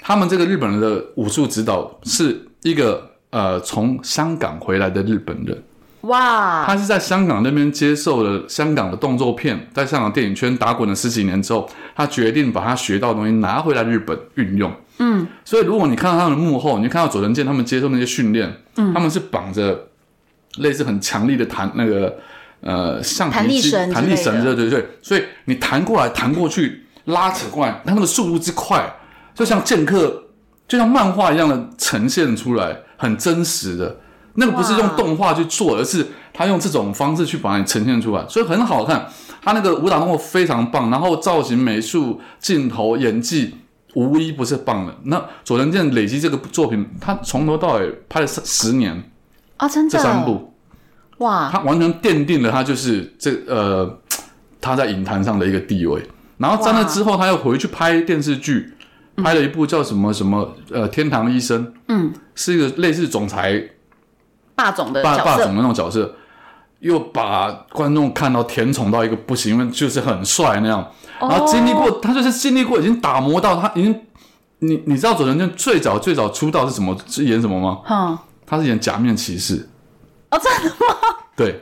他们这个日本人的武术指导是一个呃从香港回来的日本人。哇，他是在香港那边接受了香港的动作片，在香港电影圈打滚了十几年之后，他决定把他学到的东西拿回来日本运用。嗯，所以如果你看到他们的幕后，你就看到佐藤健他们接受那些训练，嗯，他们是绑着类似很强力的弹那个呃橡弹皮力筋、绳之弹力类绳，对的对对，所以你弹过来、弹过去、拉扯过来，他们的速度之快，就像剑客，就像漫画一样的呈现出来，很真实的。那个不是用哇动画去做，而是他用这种方式去把你呈现出来，所以很好看。他那个武打动作非常棒，然后造型、美术、镜头、演技无一不是棒的。那佐藤健累积这个作品，他从头到尾拍了三十年，啊，真这的，三部，哇，他完全奠定了他就是这呃他在影坛上的一个地位。然后在那之后，他又回去拍电视剧，拍了一部叫什么什么呃《天堂医生》，嗯，是一个类似总裁霸总的霸角霸总色，的那种角色，又把观众看到甜宠到一个不行，因为就是很帅那样。哦然后经历过，他就是经历过，已经打磨到他已经，你你知道佐藤健最早最早出道是什么是演什么吗？嗯，他是演假面骑士，哦，真的吗？对，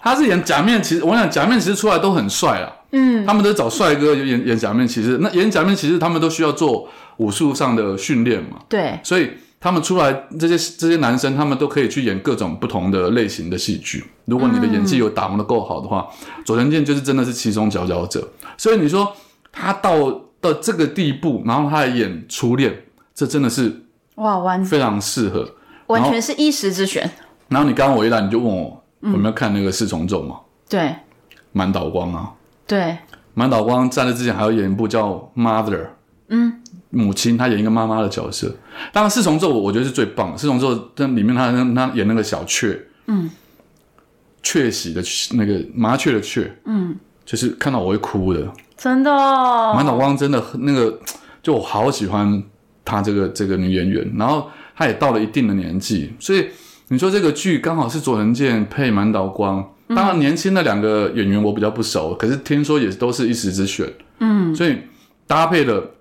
他是演假面骑士。我想假面骑士出来都很帅啊，嗯他们都找帅哥演演假面骑士，那演假面骑士他们都需要做武术上的训练嘛，对，所以他们出来这些这些男生，他们都可以去演各种不同的类型的戏剧。如果你的演技有打磨的够好的话，佐藤健就是真的是其中佼佼者。所以你说他到到这个地步，然后他还演初恋，这真的是哇，完非常适合。完然后全是一时之选，然后你刚刚我一来你就问我有没有看那个四重奏嘛，对满岛光啊，对，满岛光在那之前还有演一部叫《Mother》，嗯，母亲，她演一个妈妈的角色。当然，四重奏我觉得是最棒的。四重奏那里面她她演那个小雀，嗯，雀喜的那个麻雀的雀，嗯，就是看到我会哭的。真的哦，满岛光真的那个，就我好喜欢她这个这个女演员。然后她也到了一定的年纪，所以你说这个剧刚好是佐藤健配满岛光。嗯当然，年轻的两个演员我比较不熟，可是听说也都是一时之选。嗯所以搭配了。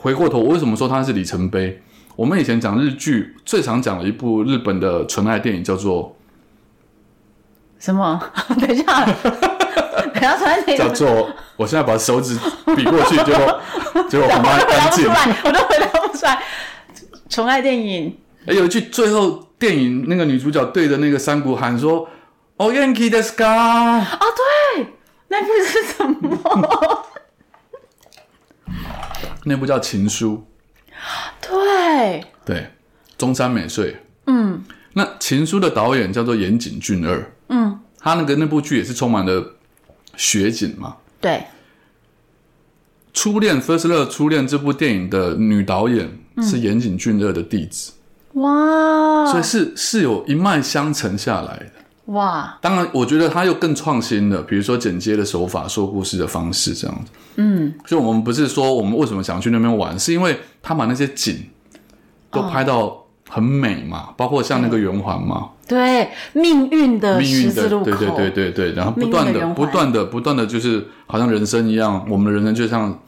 回过头，我为什么说它是里程碑？我们以前讲日剧，最常讲的一部日本的纯爱电影 叫做什么？ 等一 下，等一下，突然叫做，我现在把手指比过去，结果结果我我妈都回答干不净出。来，我都回答不出来。宠爱电影，哎有一句最后电影那个女主角对着那个山谷喊说：“哦，Yankee the sky。”那部是什么？那部叫《情书》。 对，对，中山美穗。嗯那《情书》的导演叫做岩井俊二，嗯，他那个那部剧也是充满了雪景嘛。对， 《初恋》First Love 初恋这部电影的女导演是岩井俊二的弟子，哇，所以是是有一脉相承下来的。哇，当然，我觉得他又更创新了，比如说剪接的手法、说故事的方式这样子。嗯，所以我们不是说我们为什么想去那边玩，是因为他把那些景都拍到很美哦嘛，包括像那个圆环嘛，对，命运的嗯命呃十运字的，路口，对对对对对，然后不断命运的的、圆环不断的、不断的，就是好像人生一样，我们的人生就像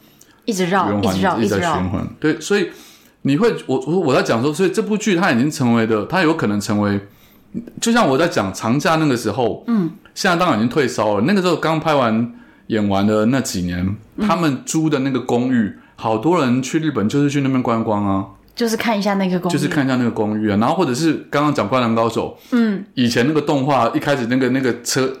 一直绕，圆一直绕，环一直一直在绕循，环。对，所以你会，我我我在讲说，所以这部剧它已经成为的，它有可能成为，就像我在讲长假那个时候，嗯，现在当然已经退烧了。那个时候刚拍完演完的那几年，他们租的那个公寓，好多人去日本就是去那边观光啊，就是看一下那个公，就是，看一下那个公寓啊，然后或者是刚刚讲《灌篮高手》嗯以前那个动画一开始那个那个车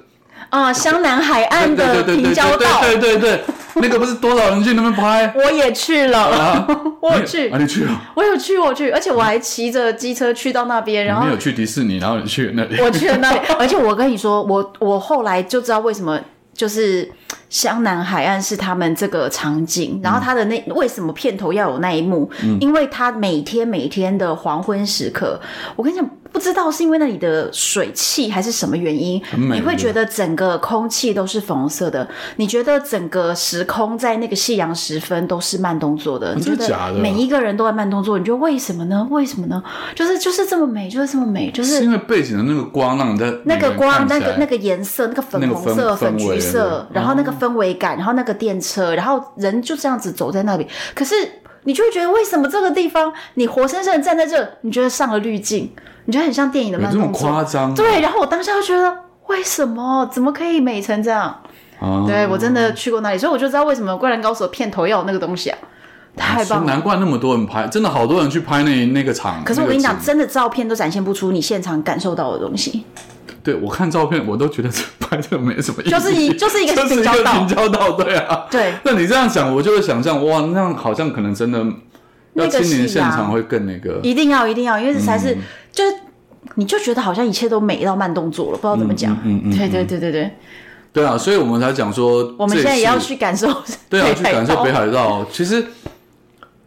啊，湘南海岸对的对对平对交道，对对对对，那个不是多少人去那边拍我也去了，啊？我你去啊，你去啊？我有去，我有去，而且我还骑着机车去到那边，然你后没有去迪士尼，然后你去那里，我去了 那里，而且我跟你说，我我后来就知道为什么就是湘南海岸是他们这个场嗯景，然后他的那为什么片头要有那一幕，因为他每天每天的黄昏时刻，我跟你讲。不知道是因为那里的水汽还是什么原因很，美你会对觉得整个空气都是粉红色的，你觉得整个时空在那个夕阳时分都是慢动作的，你觉哦真的假得的每一个人都在慢动作，你觉得为什么呢？为什么呢？就是就是这么美，就是这么美，就是是因为背景的那个光让你在那个光，那个那个个颜色，那个粉红色、那个氛粉氛橘围色，对然后那个氛围感，然后那个电车，然后人就这样子走在那里。可是你就会觉得，为什么这个地方你活生生的站在这，你觉得上了滤镜，你觉得很像电影的有慢这么动夸作？张？啊对，然后我当下就觉得，为什么？怎么可以美成这样？啊，对我真的去过那里，所以我就知道为什么《灌篮高手》片头要有那个东西啊，太所以棒了难。怪那么多人拍，真的好多人去拍那那个场。可是我跟你讲，那个景真的照片都展现不出你现场感受到的东西。对我看照片，我都觉得这拍的没什么意义，就是 一就是一个就是一平交道平交道，对啊。对，那你这样讲，我就会想象，哇，那样好像可能真的那要个亲夕临现阳场会更那个。一定要，一定要，因为这才嗯是、就是，你就觉得好像一切都美到慢动作了，不知道怎么讲。嗯嗯嗯嗯对对对对对，对啊，所以我们才讲说，我们现在也要去感受对 啊，北去感受道北。海道。其实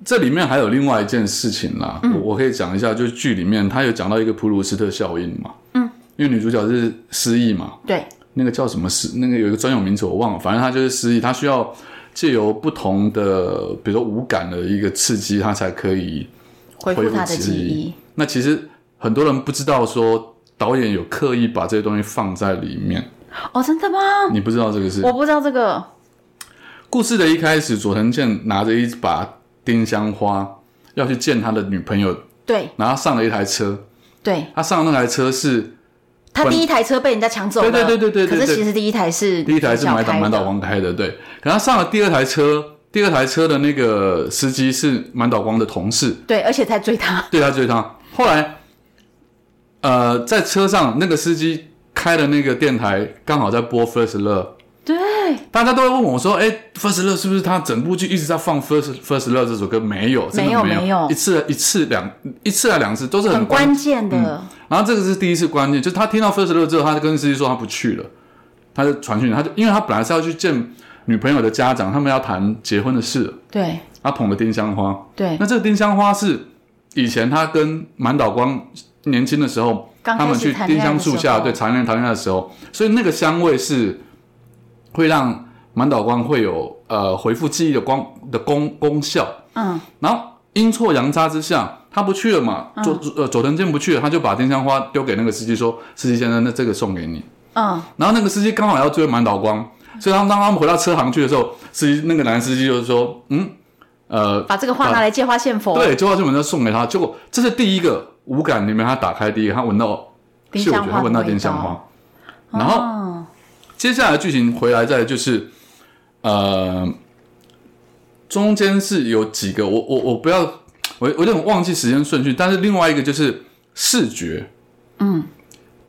这里面还有另外一件事情啦，嗯我我可以讲一下，就是剧里面他有讲到一个普鲁斯特效应嘛，嗯，因为女主角是失忆嘛，对，那个叫什么失，那个有一个专有名词我忘了，反正她就是失忆，她需要借由不同的，比如说五感的一个刺激，她才可以恢复他的记记忆。。那其实很多人不知道说导演有刻意把这些东西放在里面，哦，真的吗？你不知道这个事我不知道这个。故事的一开始，佐藤健拿着一把丁香花要去见他的女朋友，对然后上了一台车。对他上的那台车是他第一台车被人家抢走了，对对对对对对可是对其实第一台是第一台是小满岛开满岛的光开的，对。可他上了第二台车，第二台车的那个司机是满岛光的同事，对，而且才追他，对他追他。后来，呃，在车上那个司机开的那个电台刚好在播 First Love。对，大家都会问我说：“哎、f i r s t Love 是不是他整部剧一直在放 First First Love 这首歌？没有，真的没有有，没有一次一次两一次啊两次都是很关嗯关键的，然后这个是第一次关键，就是他听到 First Love 之后，他就跟司机说他不去了，他就传讯，他就因为他本来是要去见女朋友的家长，他们要谈结婚的事，对他捧了丁香花。对那，这个丁香花是以前他跟满岛光年轻的时候，刚他开们始去谈丁恋爱香的树时下候对谈恋爱谈恋爱的时候，所以那个香味是会让满岛光会有呃回复记忆的光的功功效。嗯，然后阴错阳差之下，他不去了嘛，嗯佐、呃佐藤健不去了，他就把丁香花丢给那个司机说：“司机先生，那这个送给你。嗯，”然后那个司机刚好要追满岛光，所以当当他们回到车行去的时候，司机那个男司机就说：“嗯，呃，把这个话拿来借花献佛，对，就把这本书送给他。结果这是第一个五感里面，他打开第一个，他闻到丁嗅香觉，花他闻的到味丁香道花。然后哦，接下来剧情回来再就是，呃，中间是有几个，我我我不要，我我有点忘记时间顺序，但是另外一个就是视觉，嗯，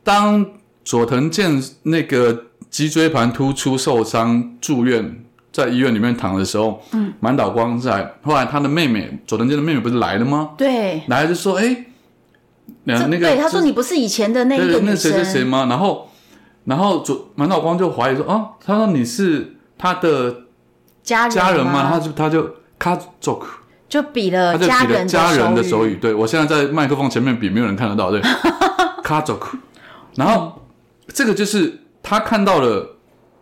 当佐藤健那个脊椎盘突出受伤住院。在医院里面躺的时候，嗯，满岛光在。后来他的妹妹佐藤健的妹妹不是来了吗？对，来就说：“哎、那这啊那个对他说你不是以前的那一对个对，女那谁生，谁谁吗？然后，然后左满脑光就怀疑说，哦，他说你是他的家家人吗？吗？他就他就卡 joke，就比他了就比了人呃家人的手语，语。对我现在在麦克风前面比，没有人看得 到，对，卡 joke。然后这个就是他看到了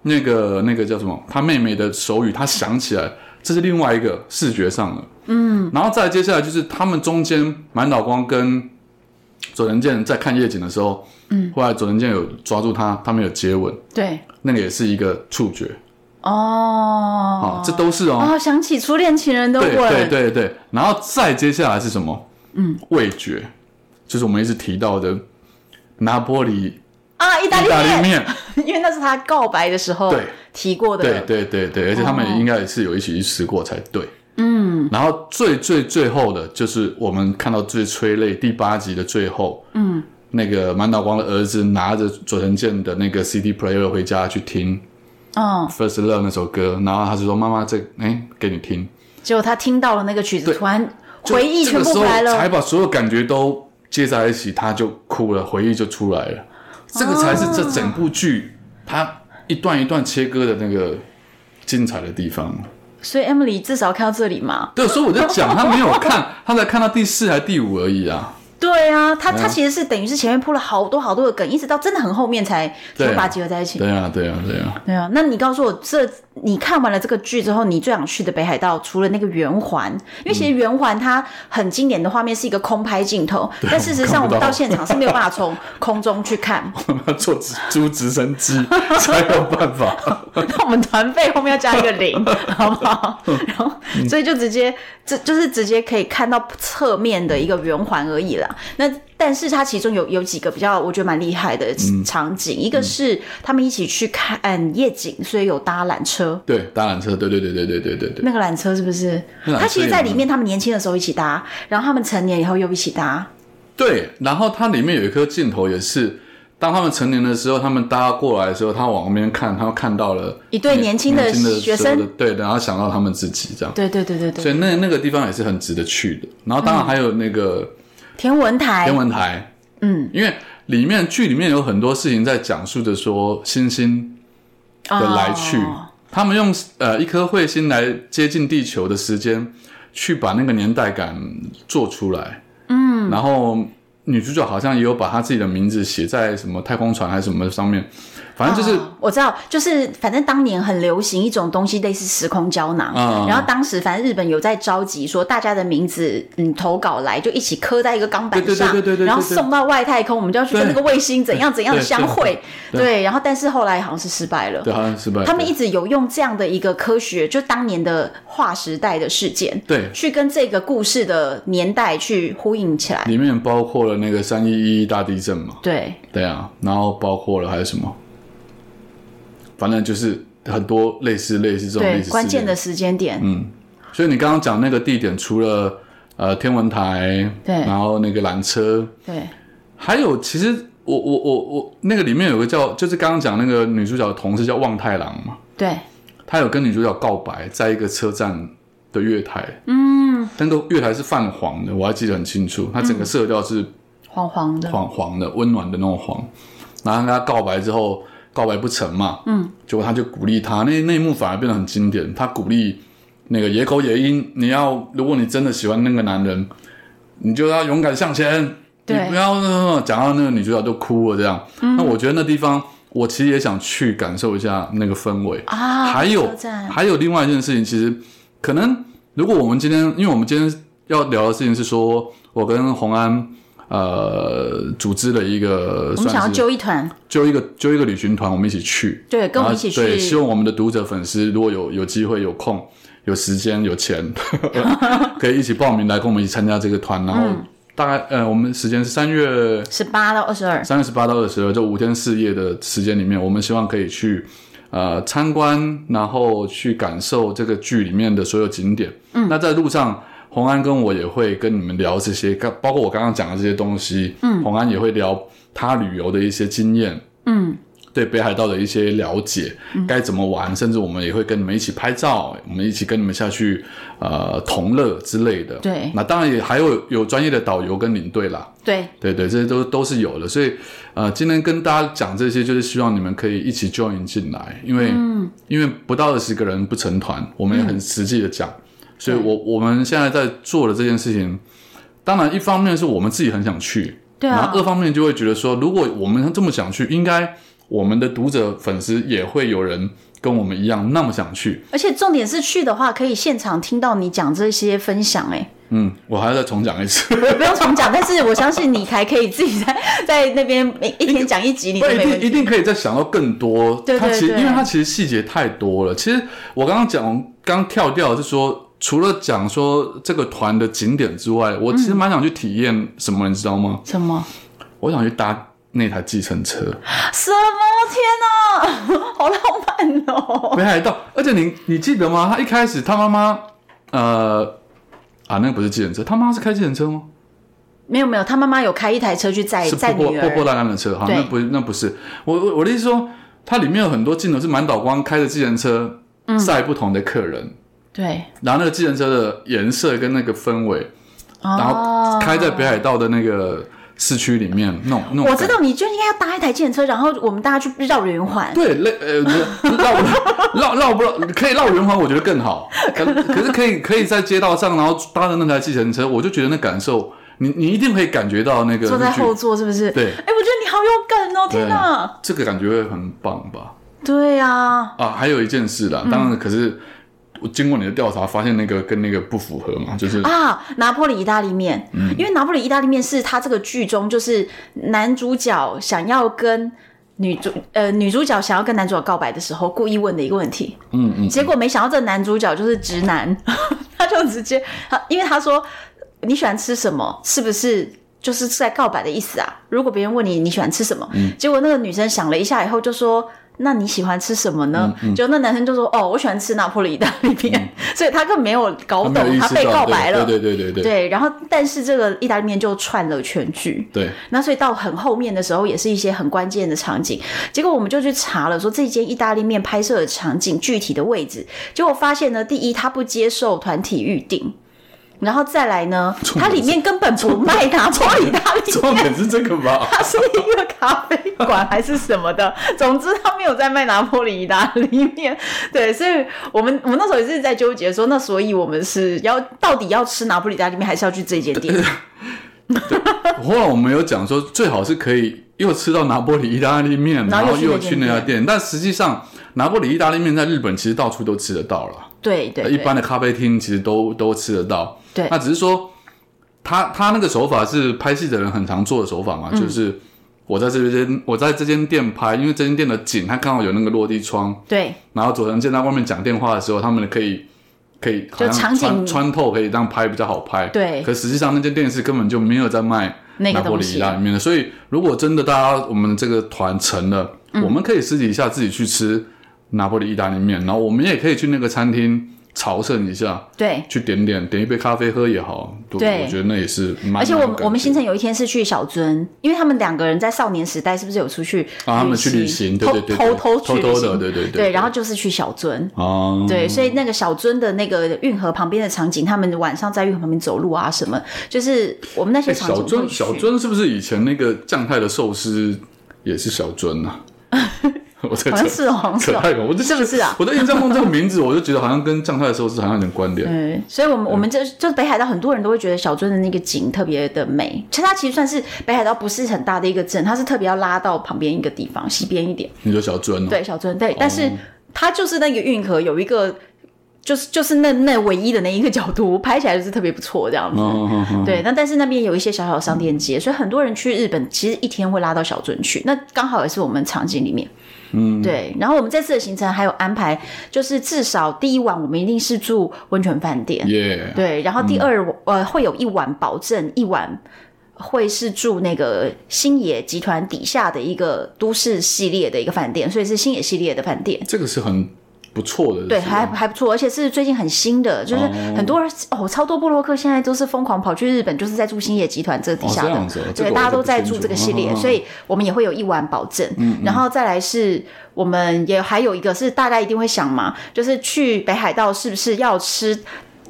那个那个叫什么，他妹妹的手语，他想起来，这是另外一个视觉上的。嗯，然后再接下来就是他们中间满脑光跟佐藤健在看夜景的时候，嗯，后来佐藤健有抓住他，他们有接吻，对，那个也是一个触觉啊哦，，这都是哦，哦，想起初恋情人的对吻，对对对，然后再接下来是什么？嗯，味觉，就是我们一直提到的拿玻里啊，意大意利大利面，面，因为那是他告白的时候对提过的，对对对对，而且他们也应该也是有一起去吃过才对。嗯，然后最最最后的就是我们看到最催泪第八集的最后，嗯，那个满岛光的儿子拿着佐藤健的那个 CD player 回家去听嗯， First Love 那首歌，然后他就说妈妈这哎给你听，结果他听到了那个曲子，对突然回忆就全这个部时候回来才了，把所有感觉都接在一起，他就哭了，回忆就出来哦了。这个才是这整部剧它一段一段切割的那个精彩的地方。所以 Emily 至少看到这里嘛，对，所以我在讲他没有 看，他才看到第四还第五而已啊。对啊，他对啊他其实是等于是前面铺了好多好多的梗，一直到真的很后面才才对啊会把它结合在一起。对啊，对啊，对啊。 对啊，那你告诉我，这你看完了这个剧之后，你最想去的北海道，除了那个圆环，因为其实圆环它很经典的画面是一个空拍镜头，但事实上我我看不们到到现场是没有办法从空中去 看。我们要坐直租直升机 才有办法。那我们团费后面要加一个零，好不 好？然后，所以就直接，这就是直接可以看到侧面的一个圆环而已啦。那但是它其中有有几个比较，我觉得蛮厉害的嗯场景，一个是他们一起去看夜景，所以有搭缆车。对，搭缆车，对对对对对对对对。那个缆车是不是？那缆车他其实，有在吗里面，他们年轻的时候一起搭，然后他们成年以后又一起搭。对，然后它里面有一颗镜头也是。当他们成年的时候，他们搭过来的时候，他往那边看，他看到了一对年轻的年时候学生的对，然后想到他们自己这样，对对对对所对，以那那个地方也是很值得去的。然后当然还有那个天文台，天文台，嗯，因为里面剧里面有很多事情在讲述着说星星的来去，哦他们用呃一颗彗星来接近地球的时间，去把那个年代感做出来。嗯，然后女主角好像也有把她自己的名字写在什么太空船还是什么上面，反正就是、哦我知道，就是反正当年很流行一种东西，类似时空胶囊。嗯然后当时反正日本有在召集说大家的名字，嗯，投稿来就一起刻在一个钢板上，对对对对对对然后对对送到外太空，我们就要去跟对那个卫星怎样怎样的对相对会。对然后但是后来好像是失败了。对，好像失败。他们一直有用这样的一个科学，就当年的划时代的事件，对去跟这个故事的年代去呼应起来。里面包括了了那个三一一大地震嘛，对，对啊，然后包括了还有什么，反正就是很多类似类似这种对历史，关事件键的时间点，嗯，所以你刚刚讲那个地点，除了呃天文台，对然后那个缆车，对，还有其实我我我我那个里面有个叫，就是刚刚讲那个女主角的同事叫望太郎嘛，对，他有跟女主角告白，在一个车站的月台，嗯，那个月台是泛黄的，我还记得很清楚，它嗯整个色调是黄黄的，黄黄的、温暖的那种黄。然后跟他告白之后，告白不成嘛，嗯，结果他就鼓励他，那那一幕反而变得很经典。他鼓励那个野狗野鹰，你要如果你真的喜欢那个男人，你就要勇敢向前，你对嗯不要呃讲到那个女主角就哭了这样。那我觉得那地方，我其实也想去感受一下那个氛围啊还有车站还有另外一件事情，其实可能如果我们今天，因为我们今天要聊的事情是说，我跟洪安呃组织了一个，我们算想要是揪一团，揪一个揪一个旅行团，我们一起去，对，跟我们一然后起去，啊对，希望我们的读者粉丝如果有有机会、有空、有时间、有钱， 可以一起报名来跟我们一起参加这个团。然后嗯大概、呃，我们时间是三月十八到二十二，三月十八到二十二，这五天四夜的时间里面，我们希望可以去呃参观，然后去感受这个剧里面的所有景点。嗯，那在路上，洪安跟我也会跟你们聊这些，刚包括我刚刚讲的这些东西。嗯，洪安也会聊他旅游的一些经验。嗯，对北海道的一些了解，该怎么玩，甚至我们也会跟你们一起拍照，我们一起跟你们下去呃同乐之类的。对那当然也还有有专业的导游跟领队啦。对，对对，这些都都是有的。所以，呃，今天跟大家讲这些，就是希望你们可以一起 join 进来，因为、嗯因为不到二十个人不成团，我们也很实际的讲。嗯所以我我们现在在做的这件事情，当然一方面是我们自己很想去，对然啊后，二方面就会觉得说，如果我们这么想去，应该我们的读者粉丝也会有人跟我们一样那么想去。而且重点是去的话，可以现场听到你讲这些分享、欸，嗯，我还要再重讲一次。 哎，不用重讲，但是我相信你还可以自己在在那边每一天讲一集，你不都一没问定一题。定可以再想到更多。对它对其实对因为它其实细节太多了。其实我刚刚讲，刚跳掉的是说，除了讲说这个团的景点之外，我其实蛮想去体验什么，你知道吗？什么？我想去搭那台计程车，什么？天哪、 好浪漫哦！北海道。而且你你记得吗？他一开始他妈妈，呃，啊，那个不是计程车，他妈是开计程车吗？没有没有，他妈妈有开一台车去载是破载破哎女破破儿，烂烂的车，哈，对那不那不是我我我的意思说，它里面有很多镜头是满岛光开着计程车嗯载不同的客人，对，然后那个计程车的颜色跟那个氛围，然后哦，开在北海道的那个市区里面，那种那种我知道，你就应该要搭一台电车，然后我们大家去绕圆环。对，那呃绕绕绕不绕可以绕圆环，我觉得更好。可可是可以可以在街道上，然后搭着那台计程车，我就觉得那感受，你你一定可以感觉到那个坐在那句后座是不是？对哎、我觉得你好有梗哦！天哪，这个感觉会很棒吧？对啊，啊，还有一件事啦，当然可是。我经过你的调查，发现那个跟那个不符合嘛，就是啊，拿破里意大利面，嗯因为拿破里意大利面是他这个剧中就是男主角想要跟女主呃女主角想要跟男主角告白的时候故意问的一个问题，嗯嗯，结果没想到这男主角就是直男， 他就直接他因为他说你喜欢吃什么，是不是？就是在告白的意思啊！如果别人问你你喜欢吃什么，嗯结果那个女生想了一下以后就说：“那你喜欢吃什么呢？”嗯结果那男生就说：“哦，我喜欢吃拿破里意大利面。 所以他根本没有搞他懂没有意他识被到，告白了。对对对对对对，然后但是这个意大利面就串了全剧。对，那所以到很后面的时候，也是一些很关键的场景。结果我们就去查了，说这间意大利面拍摄的场景具体的位置，结果发现呢，第一，它不接受团体预定。然后再来呢，它里面根本不卖拿破里大利 重面，点是这个 吧？它是一个咖啡馆还是什么的，总之它没有在卖拿破里意大利面。对，所以我们我们那时候也是在纠结说，那所以我们是要到底要吃拿破里意大利面，还是要去这间店？后来我们有讲说，最好是可以又吃到拿破里意大利面，然然后又后去又那去间那家店。但实际上，拿破里意大利面在日本其实到处都吃得到了，对对，一对般的咖啡厅其实都都吃得到。对那只是说，他他那个手法是拍戏的人很常做的手法嗯嘛，就是我在这边，我在这间店拍，因为这间店的景，他刚好有那个落地窗，对然后佐藤健在外面讲电话的时候，他们可以可以好像就场景穿穿透，可以让拍比较好拍。对可实际上那间电视根本就没有在卖那个拿破东里西拉里面的。所以如果真的大家我们这个团成了，嗯我们可以私底下自己去吃拿破里意大利面，然后我们也可以去那个餐厅朝圣一下，对。去点点点一杯咖啡喝也好。我对我觉得那也是蛮。而且我们我们行现在程有一天是去小樽，因为他们两个人在少年时代是不是有出去啊他们去旅行对偷对对偷对偷去偷偷旅行的对对对对，对然后就是去小樽，哦，对，所以那个小樽的那个运河旁边的场景，他们晚上在运河旁边走路啊什么，就是我们那些哎场景哦会小樽去小樽是不是以前那个酱太的寿司也是小樽啊？ 我 在好像是哦，好像是可哦太恐怖，我就是不是啊？我在印象中这个名字，我就觉得好像跟酱太的寿司好像有点关联。嗯，所以我们我们这就是北海道很多人都会觉得小樽的那个景特别的美，其实它其实算是北海道不是很大的一个镇，它是特别要拉到旁边一个地方西边一点，你说小樽哦，对，小樽对，但是它就是那个运河有一个。就是就是那那唯一的那一个角度拍起来就是特别不错这样子，哦，哦哦对，那但是那边有一些小小的商店街，所以很多人去日本其实一天会拉到小樽去，那刚好也是我们场景里面。嗯，对。然后我们这次的行程还有安排，就是至少第一晚我们一定是住温泉饭店，耶，对。然后嗯第二、呃会有一晚保证一晚会是住那个星野集团底下的一个都市系列的一个饭店，所以是星野系列的饭店。这个是很不错的，对，是吧还还不错，而且是最近很新的，就是哦很多人哦超多布洛克现在都是疯狂跑去日本，就是在住星野集团这底下哦这的，样子哦这对，个我大家就都不在清住楚这个系列，嗯嗯嗯嗯所以我们也会有一晚保证，然后再来是我们也还有一个是大家一定会想嘛，就是去北海道是不是要吃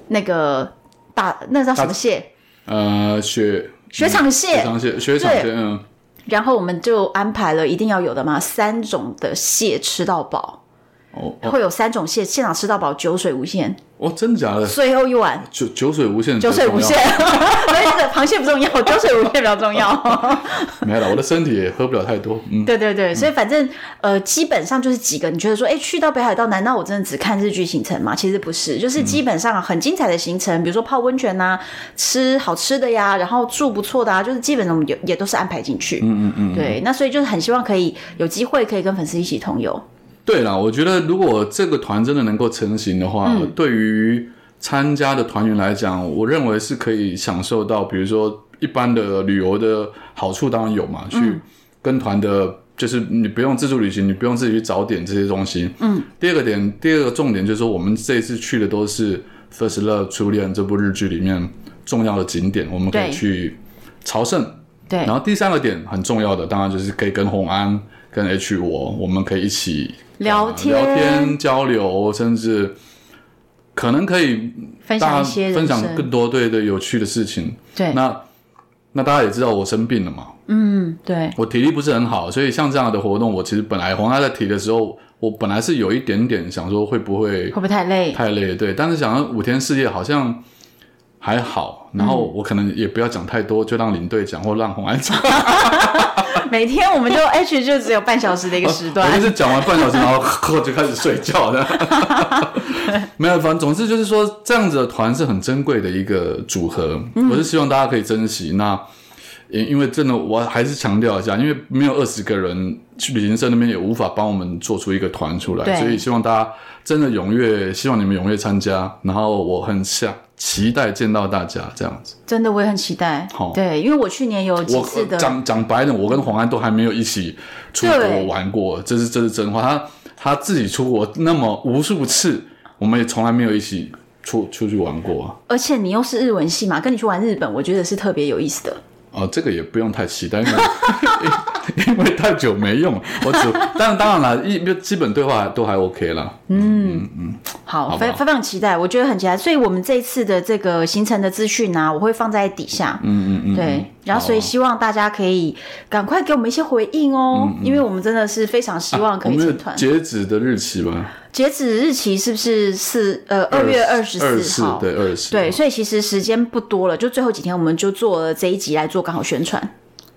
那个大那叫什么蟹？呃雪雪场蟹雪场蟹雪场蟹，嗯，然后我们就安排了一定要有的嘛，三种的蟹吃到饱，哦哦会有三种蟹现场吃到饱，酒水无限，哦，真假的最后一晚。酒酒水无限，酒水无限重， 所以这个螃蟹不重要，酒水无限比较重 要。要，没有了，我的身体也喝不了太多，嗯，对对对，所以反正呃，基本上就是几个你觉得说，哎，去到北海道，难道我真的只看日剧行程吗？其实不是，就是嗯基本上很精彩的行程，比如说泡温泉呐、吃好吃的呀，然后住不错的啊，就是基本上我们也也都是安排进去。嗯嗯嗯，对，那所以就是很希望可以有机会可以跟粉丝一起同游。对啦，我觉得如果这个团真的能够成型的话，嗯对于参加的团员来讲，我认为是可以享受到，比如说一般的旅游的好处当然有嘛，嗯去跟团的。就是你不用自助旅行，你不用自己去找点这些东西。嗯。第二个点，第二个重点就是说，我们这一次去的都是《First Love》初恋这部日剧里面重要的景点，我们可对以去朝圣。对然后第三个点很重要的，当然就是可以跟红安、跟 H 我，我们可以一起聊呃天聊天、交流，甚至可能可以分享大家一些人分享生更嗯多对对有趣的事情。对那那大家也知道我生病了嘛，嗯，对，我体力不是很好，所以像这样的活动，我其实本来红安在提的时候，我本来是有一点点想说会不会会不会太累？太累了，对。但是想要五天四夜好像还好，然后嗯我可能也不要讲太多，就让领队讲或让红安讲。 每天我们就 H 就只有半小时的一个时段 哦我。就是讲完半小时，然后我就开始睡觉的。 没有，反正总之就是说，这样子的团是很珍贵的一个组合，嗯我是希望大家可以珍惜。那因因为真的，我还是强调一下，因为没有二十个人，去旅行社那边也无法帮我们做出一个团出对来，所以希望大家真的踊跃，希望你们踊跃参加。然后我很想期待见到大家这样子。真的，我也很期待。好对，因为我去年有几我次呃的，讲讲白了，我跟黄安都还没有一起出对国玩过，这是这是真话。他他自己出国那么无数次，我们也从来没有一起出出去玩过啊。而且你又是日文系嘛，跟你去玩日本，我觉得是特别有意思的。哦，这个也不用太 期待，因为因为太久没用了。我只但当然了，一基本对话都还 OK 啦。好，好吧非非常期待，我觉得很期待。所以我们这一次的这个行程的资讯啊，我会放在底下。嗯嗯嗯，对，然后所以好啊希望大家可以赶快给我们一些回应哦，因为我们真的是非常希望可啊我以们有成团。截止的日期吧，截止日期是不是四呃二月二十四四号？对二十对，所以其实时间不多了，就最后几天我们就做了这一集来做刚好宣传。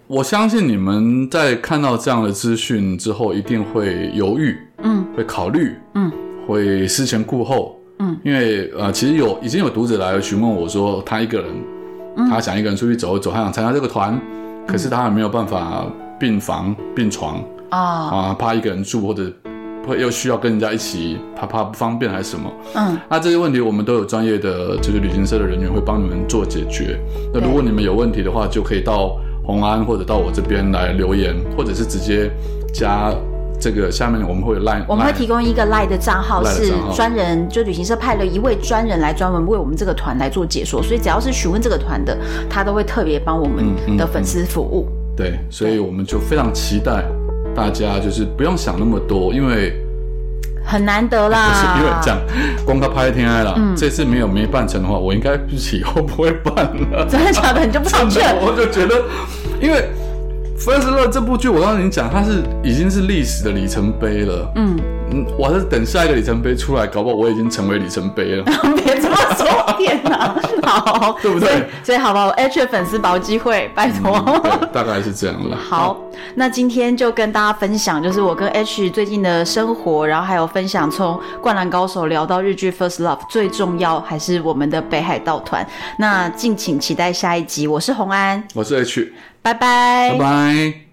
我相信你们在看到这样的资讯之后，一定会犹豫，嗯，会考虑，嗯，会思前顾后，嗯，因为呃，其实有已经有读者来了询问我说，他一个人，嗯他想一个人出去走一走，他想参加这个团，可是他还没有办法病房病床啊、啊，怕一个人住或者会又需要跟人家一起，怕怕不方便还是什么，嗯，那这些问题我们都有专业的，就是旅行社的人员会帮你们做解决。那对如果你们有问题的话，就可以到红安或者到我这边来留言，或者是直接加这个下面我们会有 line，我们会提供一个 Line 的账号， Line 的是账号专人，就旅行社派了一位专人来专门为我们这个团来做解说，所以只要是询问这个团的，他都会特别帮我嗯们嗯的粉丝服务。对，所以我们就非常期待大家就是不用想那么多，因为很难得嗯不是啦，因为这样，光他拍天爱了，嗯这次没有没办成的话，我应该以后不会办了。真的假的？你 就不想去真了？的，我就觉得，因为《First Love》这部剧，我刚刚已经讲，它是已经是历史的里程碑了。嗯，嗯，我还是等下一个里程碑出来，搞不好我已经成为里程碑了。别这么说，天 哪！好，对不对嗯所以？所以好吧，我 H 粉丝把握机会，拜托。对，大概是这样了。好，那今天就跟大家分享，就是我跟 H 最近的生活，然后还有分享从《灌篮高手》聊到日剧《First Love》，最重要还是我们的北海道团。那敬请期待下一集，我是红安，我是 H，拜拜拜拜。